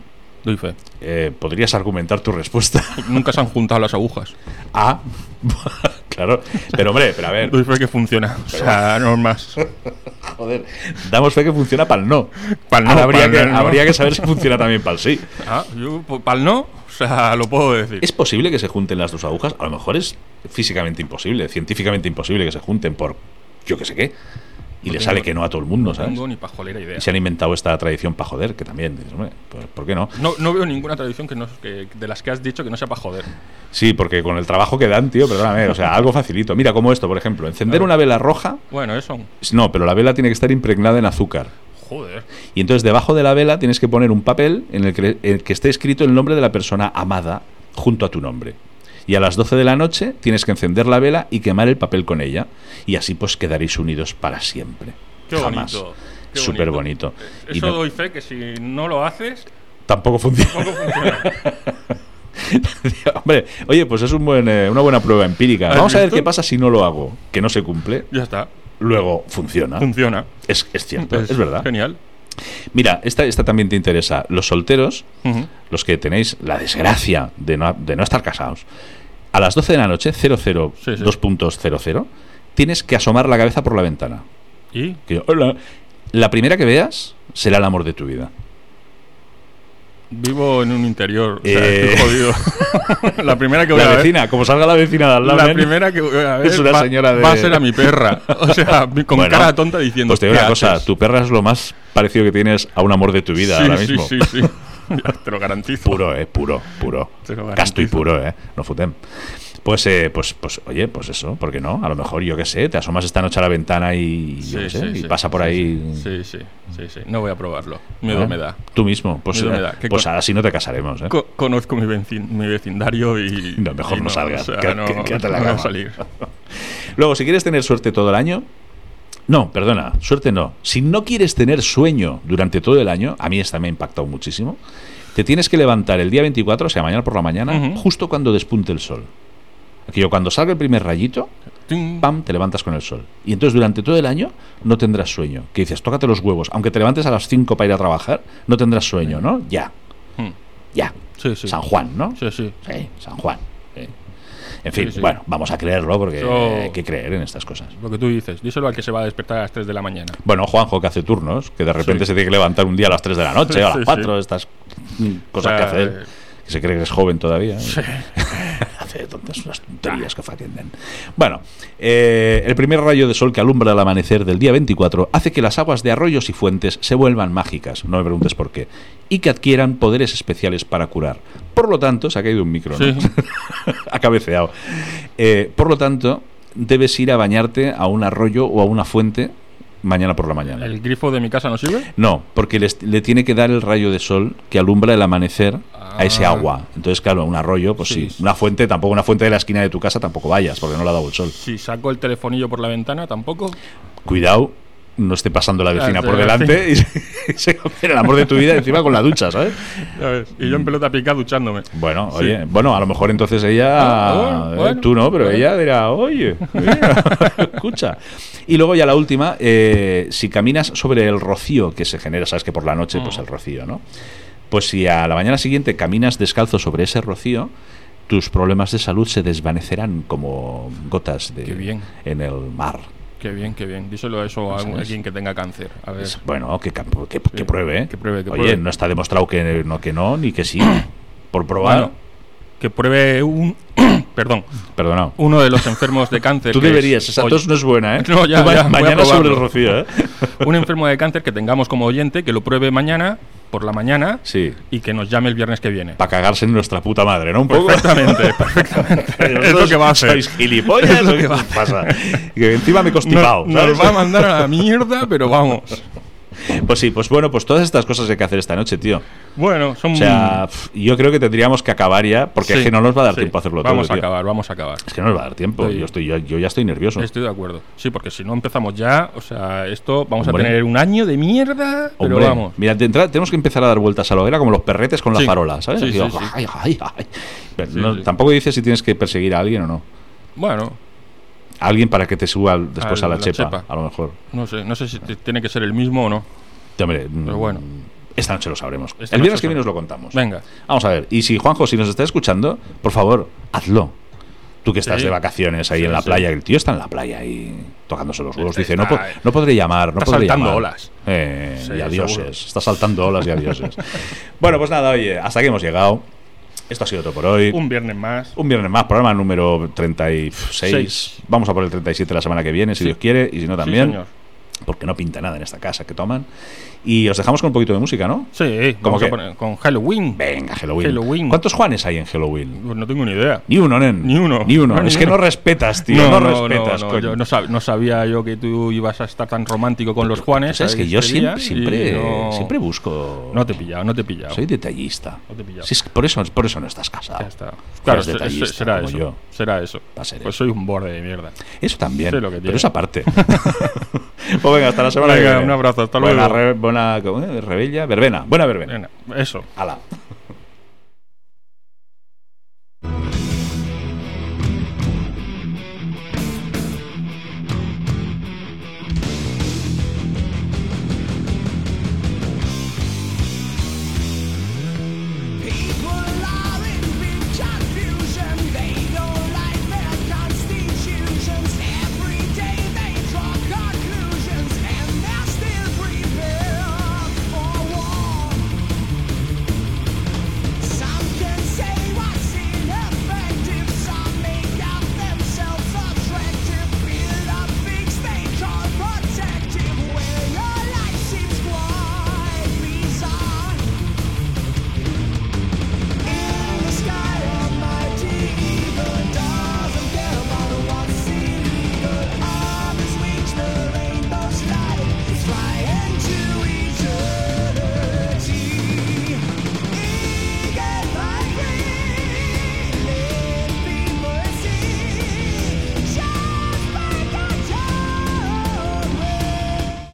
[SPEAKER 1] Doy fe.
[SPEAKER 2] Eh, podrías argumentar tu respuesta.
[SPEAKER 1] Nunca se han juntado las agujas.
[SPEAKER 2] Ah, claro. Pero hombre, pero a ver,
[SPEAKER 1] Doy fe que funciona. O sea, no es más.
[SPEAKER 2] joder, damos fe que funciona para el no.
[SPEAKER 1] Pa'l no,
[SPEAKER 2] Ahora habría,
[SPEAKER 1] Ah, pa'l
[SPEAKER 2] que,
[SPEAKER 1] no.
[SPEAKER 2] habría que saber si funciona también para el sí.
[SPEAKER 1] Ah, yo, para el no, o sea, lo puedo decir.
[SPEAKER 2] ¿Es posible que se junten las dos agujas? A lo mejor es físicamente imposible, científicamente imposible que se junten por yo que sé qué. Y
[SPEAKER 1] No
[SPEAKER 2] le
[SPEAKER 1] tengo-
[SPEAKER 2] sale que no a todo el mundo,
[SPEAKER 1] No
[SPEAKER 2] ¿sabes?
[SPEAKER 1] tengo ni pajolera idea.
[SPEAKER 2] Y se han inventado esta tradición para joder, que también, dices, hombre, pues, ¿por qué no?
[SPEAKER 1] No, no veo ninguna tradición que no, que- de las que has dicho que no sea para joder.
[SPEAKER 2] Sí, porque con el trabajo que dan, tío, perdóname, o sea, algo facilito. Mira, como esto, por ejemplo, encender
[SPEAKER 1] Claro.
[SPEAKER 2] una vela roja,
[SPEAKER 1] Bueno, eso.
[SPEAKER 2] no, pero la vela tiene que estar impregnada en azúcar.
[SPEAKER 1] Joder.
[SPEAKER 2] Y entonces debajo de la vela tienes que poner un papel en el que, el que esté escrito el nombre de la persona amada junto a tu nombre. Y a las 12 de la noche tienes que encender la vela y quemar el papel con ella. Y así pues quedaréis unidos para siempre.
[SPEAKER 1] Qué
[SPEAKER 2] Jamás.
[SPEAKER 1] bonito. qué
[SPEAKER 2] Súper bonito. Y
[SPEAKER 1] Eso
[SPEAKER 2] no-
[SPEAKER 1] doy fe que si no lo haces,
[SPEAKER 2] tampoco funciona.
[SPEAKER 1] poco funciona.
[SPEAKER 2] Hombre, oye, pues es un buen, eh, una buena prueba empírica.
[SPEAKER 1] ¿Has
[SPEAKER 2] Vamos a ver
[SPEAKER 1] visto?
[SPEAKER 2] qué pasa si no lo hago. Que no se cumple.
[SPEAKER 1] ya está.
[SPEAKER 2] Luego funciona.
[SPEAKER 1] Funciona.
[SPEAKER 2] Es, es cierto, Ah, es verdad.
[SPEAKER 1] Genial.
[SPEAKER 2] Mira, esta, esta también te interesa. Los solteros
[SPEAKER 1] Ujú.
[SPEAKER 2] los que tenéis la desgracia de no, de no estar casados, a las 12 de la noche, 00,
[SPEAKER 1] Sí, sí.
[SPEAKER 2] 2.00, tienes que asomar la cabeza por la ventana.
[SPEAKER 1] Y
[SPEAKER 2] Que yo, "Hola". La primera que veas será el amor de tu vida.
[SPEAKER 1] vivo en un interior. O sea,
[SPEAKER 2] Eh.
[SPEAKER 1] estoy jodido. la primera que voy
[SPEAKER 2] la
[SPEAKER 1] a ver.
[SPEAKER 2] vecina, como salga la vecina de al lado, ¿eh?
[SPEAKER 1] La
[SPEAKER 2] nen,
[SPEAKER 1] primera que voy a ver
[SPEAKER 2] Es una
[SPEAKER 1] va,
[SPEAKER 2] señora de-
[SPEAKER 1] va a ser a mi perra. O sea, mi- con
[SPEAKER 2] Bueno,
[SPEAKER 1] cara tonta diciendo.
[SPEAKER 2] Pues te digo
[SPEAKER 1] "¿Qué
[SPEAKER 2] una cosa,
[SPEAKER 1] haces?".
[SPEAKER 2] tu perra es lo más parecido que tienes a un amor de tu vida
[SPEAKER 1] sí,
[SPEAKER 2] ahora
[SPEAKER 1] sí,
[SPEAKER 2] mismo.
[SPEAKER 1] Sí, sí, Ya, te lo garantizo.
[SPEAKER 2] Puro, eh, puro, puro.
[SPEAKER 1] Te lo
[SPEAKER 2] Casto y
[SPEAKER 1] garantizo.
[SPEAKER 2] puro, eh. No futem. Pues, eh, pues, pues, oye, pues eso, ¿por qué no? A lo mejor, yo qué sé, te asomas esta noche a la ventana y, yo qué sé, ¿eh? y pasa por
[SPEAKER 1] sí,
[SPEAKER 2] ahí.
[SPEAKER 1] Sí, sí, sí, sí. No voy a probarlo. Miedo
[SPEAKER 2] ¿Eh?
[SPEAKER 1] me da.
[SPEAKER 2] Tú mismo. Pues,
[SPEAKER 1] Miedo
[SPEAKER 2] eh,
[SPEAKER 1] me da. ¿Qué
[SPEAKER 2] pues
[SPEAKER 1] cosa?
[SPEAKER 2] ahora sí no te casaremos, ¿eh?
[SPEAKER 1] Co- conozco mi, vecin- mi vecindario y.
[SPEAKER 2] No, mejor
[SPEAKER 1] y
[SPEAKER 2] no salgas.
[SPEAKER 1] o sea,
[SPEAKER 2] Que-
[SPEAKER 1] no,
[SPEAKER 2] que- quédate en la
[SPEAKER 1] no voy a
[SPEAKER 2] cama.
[SPEAKER 1] salir.
[SPEAKER 2] Luego, si quieres tener suerte todo el año. No, perdona, suerte no. Si no quieres tener sueño durante todo el año, a mí esta me ha impactado muchísimo. Te tienes que levantar el día 24, o sea, mañana por la mañana,
[SPEAKER 1] Ujú.
[SPEAKER 2] justo cuando despunte el sol. Aquello, cuando salga el primer rayito,
[SPEAKER 1] Ting.
[SPEAKER 2] pam, te levantas con el sol. Y entonces durante todo el año no tendrás sueño. Que dices, tócate los huevos. Aunque te levantes a las 5 para ir a trabajar, no tendrás sueño, ¿no? Ya,
[SPEAKER 1] Mm.
[SPEAKER 2] ya.
[SPEAKER 1] Sí, sí.
[SPEAKER 2] San Juan, ¿no?
[SPEAKER 1] Sí, sí.
[SPEAKER 2] Sí, San Juan. sí. En fin,
[SPEAKER 1] Sí, sí.
[SPEAKER 2] bueno, vamos a creerlo porque
[SPEAKER 1] Eso-
[SPEAKER 2] eh, hay que creer en estas cosas.
[SPEAKER 1] Lo que tú dices. Díselo al que se va a despertar a las 3 de la mañana.
[SPEAKER 2] Bueno, Juanjo que hace turnos, que de repente
[SPEAKER 1] Sí.
[SPEAKER 2] se tiene que levantar un día a las 3 de la noche
[SPEAKER 1] Sí,
[SPEAKER 2] o a las
[SPEAKER 1] sí,
[SPEAKER 2] 4, estas mm, cosas
[SPEAKER 1] O sea,
[SPEAKER 2] que hace él,
[SPEAKER 1] eh,
[SPEAKER 2] que se cree que es joven todavía. ¿eh? hace tontas unas tonterías que fucking den. Bueno, eh, el primer rayo de sol que alumbra el amanecer del día 24 hace que las aguas de arroyos y fuentes se vuelvan mágicas, no me preguntes por qué, y que adquieran poderes especiales para curar. Por lo tanto, se ha caído un micro, ¿no?
[SPEAKER 1] Sí.
[SPEAKER 2] ha cabeceado. Eh, por lo tanto, debes ir a bañarte a un arroyo o a una fuente mañana por la mañana.
[SPEAKER 1] ¿El grifo de mi casa no sirve?
[SPEAKER 2] No, porque les- le tiene que dar el rayo de sol que alumbra el amanecer a ese
[SPEAKER 1] Ah.
[SPEAKER 2] agua. Entonces, claro, un arroyo, pues
[SPEAKER 1] Sí,
[SPEAKER 2] sí.
[SPEAKER 1] sí.
[SPEAKER 2] Una fuente, tampoco una fuente de la esquina de tu casa, tampoco vayas, porque no le ha dado el sol.
[SPEAKER 1] Si saco el telefonillo por la ventana, tampoco.
[SPEAKER 2] Cuidado, no esté pasando la vecina
[SPEAKER 1] Ah, sí,
[SPEAKER 2] por
[SPEAKER 1] sí.
[SPEAKER 2] delante y se, se comiera el amor de tu vida encima con la ducha, ¿sabes?
[SPEAKER 1] Ya ves, Y yo
[SPEAKER 2] Mm.
[SPEAKER 1] en pelota picada duchándome.
[SPEAKER 2] Bueno,
[SPEAKER 1] Sí.
[SPEAKER 2] oye, bueno, a lo mejor entonces ella,
[SPEAKER 1] Ah, bueno,
[SPEAKER 2] eh,
[SPEAKER 1] bueno,
[SPEAKER 2] tú no, pero
[SPEAKER 1] bueno.
[SPEAKER 2] ella dirá, oye, mira, escucha. Y luego ya la última,
[SPEAKER 1] Mm.
[SPEAKER 2] eh, si caminas sobre el rocío que se genera, sabes que por la noche, pues el rocío, ¿no? Pues si a la mañana siguiente caminas descalzo sobre ese rocío, tus problemas de salud se desvanecerán como gotas de,
[SPEAKER 1] Qué bien.
[SPEAKER 2] en el mar.
[SPEAKER 1] Qué bien, qué bien. Díselo eso a
[SPEAKER 2] ¿Sabes?
[SPEAKER 1] alguien que tenga cáncer. A ver.
[SPEAKER 2] Es- bueno, que, campo- que, que pruebe, ¿eh?
[SPEAKER 1] Eh. que pruebe, que
[SPEAKER 2] Oye,
[SPEAKER 1] pruebe.
[SPEAKER 2] no está demostrado que no, que no ni que sí. Por probar,
[SPEAKER 1] Bueno, que pruebe un. perdón.
[SPEAKER 2] perdonado.
[SPEAKER 1] Uno de los enfermos de cáncer.
[SPEAKER 2] Tú
[SPEAKER 1] que es-
[SPEAKER 2] deberías, esa
[SPEAKER 1] oye,
[SPEAKER 2] tos no es buena, ¿eh?
[SPEAKER 1] No, ya,
[SPEAKER 2] Tú ma-
[SPEAKER 1] ya, voy a
[SPEAKER 2] mañana sobre el
[SPEAKER 1] probarlo.
[SPEAKER 2] rocío, ¿eh?
[SPEAKER 1] Un enfermo de cáncer que tengamos como oyente, que lo pruebe mañana, por la mañana,
[SPEAKER 2] Sí,
[SPEAKER 1] y que nos llame el viernes que viene.
[SPEAKER 2] para cagarse en nuestra puta madre, ¿no? Un poco.
[SPEAKER 1] Perfectamente, perfectamente. Pues es lo
[SPEAKER 2] Vosotros
[SPEAKER 1] que va a hacer.
[SPEAKER 2] Sois gilipollas,
[SPEAKER 1] Es lo
[SPEAKER 2] ¿o
[SPEAKER 1] que
[SPEAKER 2] qué
[SPEAKER 1] va a
[SPEAKER 2] os pasa? Que encima me he constipado.
[SPEAKER 1] Nos, nos
[SPEAKER 2] ¿sabes?
[SPEAKER 1] va a mandar a la mierda, pero vamos.
[SPEAKER 2] Pues sí, pues bueno, pues todas estas cosas hay que hacer esta noche, tío.
[SPEAKER 1] Bueno, son.
[SPEAKER 2] O sea, pf, yo creo que tendríamos que acabar ya, porque
[SPEAKER 1] Mm.
[SPEAKER 2] es
[SPEAKER 1] Sí,
[SPEAKER 2] que no nos va a dar
[SPEAKER 1] sí.
[SPEAKER 2] tiempo a hacerlo
[SPEAKER 1] Vamos
[SPEAKER 2] todo.
[SPEAKER 1] a
[SPEAKER 2] tío.
[SPEAKER 1] acabar, vamos a acabar.
[SPEAKER 2] Es que no nos va a dar tiempo.
[SPEAKER 1] Sí.
[SPEAKER 2] Yo, estoy, yo, yo ya estoy nervioso.
[SPEAKER 1] Estoy de acuerdo. Sí, porque si no empezamos ya, o sea, esto vamos
[SPEAKER 2] Hombre.
[SPEAKER 1] a tener un año de mierda, pero
[SPEAKER 2] Hombre,
[SPEAKER 1] vamos.
[SPEAKER 2] Mira, de entrada tenemos que empezar a dar vueltas a la hoguera como los perretes con
[SPEAKER 1] Sí.
[SPEAKER 2] la farola, ¿sabes?
[SPEAKER 1] Sí,
[SPEAKER 2] Y digo,
[SPEAKER 1] sí, sí.
[SPEAKER 2] "Ay, ay, ay". Pero
[SPEAKER 1] Sí,
[SPEAKER 2] no-
[SPEAKER 1] sí.
[SPEAKER 2] Tampoco dice si tienes que perseguir a alguien o no.
[SPEAKER 1] Bueno,
[SPEAKER 2] A alguien para que te suba al- después
[SPEAKER 1] Al-
[SPEAKER 2] a la,
[SPEAKER 1] la
[SPEAKER 2] chepa,
[SPEAKER 1] chepa.
[SPEAKER 2] a lo mejor.
[SPEAKER 1] no sé, no sé si t- tiene que ser el mismo o no.
[SPEAKER 2] Tío, hombre, mm,
[SPEAKER 1] bueno.
[SPEAKER 2] Esta noche lo sabremos.
[SPEAKER 1] Esta
[SPEAKER 2] el
[SPEAKER 1] noche
[SPEAKER 2] viernes que
[SPEAKER 1] sabremos.
[SPEAKER 2] viene os lo contamos.
[SPEAKER 1] Venga.
[SPEAKER 2] Vamos a ver. Y si Juanjo, si nos está escuchando, por favor, hazlo. Tú que estás
[SPEAKER 1] Sí.
[SPEAKER 2] de vacaciones ahí
[SPEAKER 1] Sí,
[SPEAKER 2] en la
[SPEAKER 1] sí.
[SPEAKER 2] playa, el tío está en la playa ahí tocándose los huevos.
[SPEAKER 1] Está-
[SPEAKER 2] Dice, no, po-
[SPEAKER 1] está-
[SPEAKER 2] no podré llamar, no
[SPEAKER 1] está
[SPEAKER 2] podré
[SPEAKER 1] saltando
[SPEAKER 2] llamar.
[SPEAKER 1] olas.
[SPEAKER 2] Eh,
[SPEAKER 1] Sí,
[SPEAKER 2] y adioses.
[SPEAKER 1] seguro.
[SPEAKER 2] Está saltando olas y adioses. bueno, pues nada, oye, hasta aquí hemos llegado. Esto ha sido todo por hoy.
[SPEAKER 1] Un viernes más.
[SPEAKER 2] Un viernes más, programa número 36.
[SPEAKER 1] Seis.
[SPEAKER 2] Vamos a por el 37 la semana que viene, si
[SPEAKER 1] Sí.
[SPEAKER 2] Dios quiere, y si no también,
[SPEAKER 1] Sí, señor.
[SPEAKER 2] porque no pinta nada en esta casa que toman. Y os dejamos con un poquito de música, ¿no?
[SPEAKER 1] Sí,
[SPEAKER 2] ¿Cómo
[SPEAKER 1] vamos a
[SPEAKER 2] qué?
[SPEAKER 1] poner con Halloween.
[SPEAKER 2] Venga, Halloween.
[SPEAKER 1] Halloween.
[SPEAKER 2] ¿Cuántos Juanes hay en Halloween?
[SPEAKER 1] Pues no tengo ni idea.
[SPEAKER 2] Ni uno, nen.
[SPEAKER 1] Ni uno.
[SPEAKER 2] Ni uno.
[SPEAKER 1] No,
[SPEAKER 2] es
[SPEAKER 1] ni
[SPEAKER 2] que
[SPEAKER 1] uno.
[SPEAKER 2] no respetas, tío. No, respetas.
[SPEAKER 1] no,
[SPEAKER 2] coño.
[SPEAKER 1] yo no, sab- no sabía yo que tú ibas a estar tan romántico con los Juanes.
[SPEAKER 2] Sabes que
[SPEAKER 1] ahí
[SPEAKER 2] yo
[SPEAKER 1] este día,
[SPEAKER 2] siempre, siempre,
[SPEAKER 1] y no-
[SPEAKER 2] siempre busco.
[SPEAKER 1] No te he pillado, no te he pillado.
[SPEAKER 2] Soy detallista.
[SPEAKER 1] No te he pillado.
[SPEAKER 2] Si es que por eso, por eso no estás casado.
[SPEAKER 1] Ya está. Claro, se- se-
[SPEAKER 2] detallista,
[SPEAKER 1] será
[SPEAKER 2] como
[SPEAKER 1] eso.
[SPEAKER 2] yo.
[SPEAKER 1] Será eso.
[SPEAKER 2] Va a ser
[SPEAKER 1] Pues
[SPEAKER 2] eso.
[SPEAKER 1] soy un borde de mierda.
[SPEAKER 2] Eso también.
[SPEAKER 1] Sé lo que
[SPEAKER 2] pero
[SPEAKER 1] tiene.
[SPEAKER 2] esa parte. pues venga, hasta la semana que
[SPEAKER 1] Venga,
[SPEAKER 2] viene.
[SPEAKER 1] un abrazo, hasta
[SPEAKER 2] Buena
[SPEAKER 1] luego.
[SPEAKER 2] re- buena, ¿cómo es? rebella, verbena. Buena verbena.
[SPEAKER 1] Venga, Eso.
[SPEAKER 2] Hala.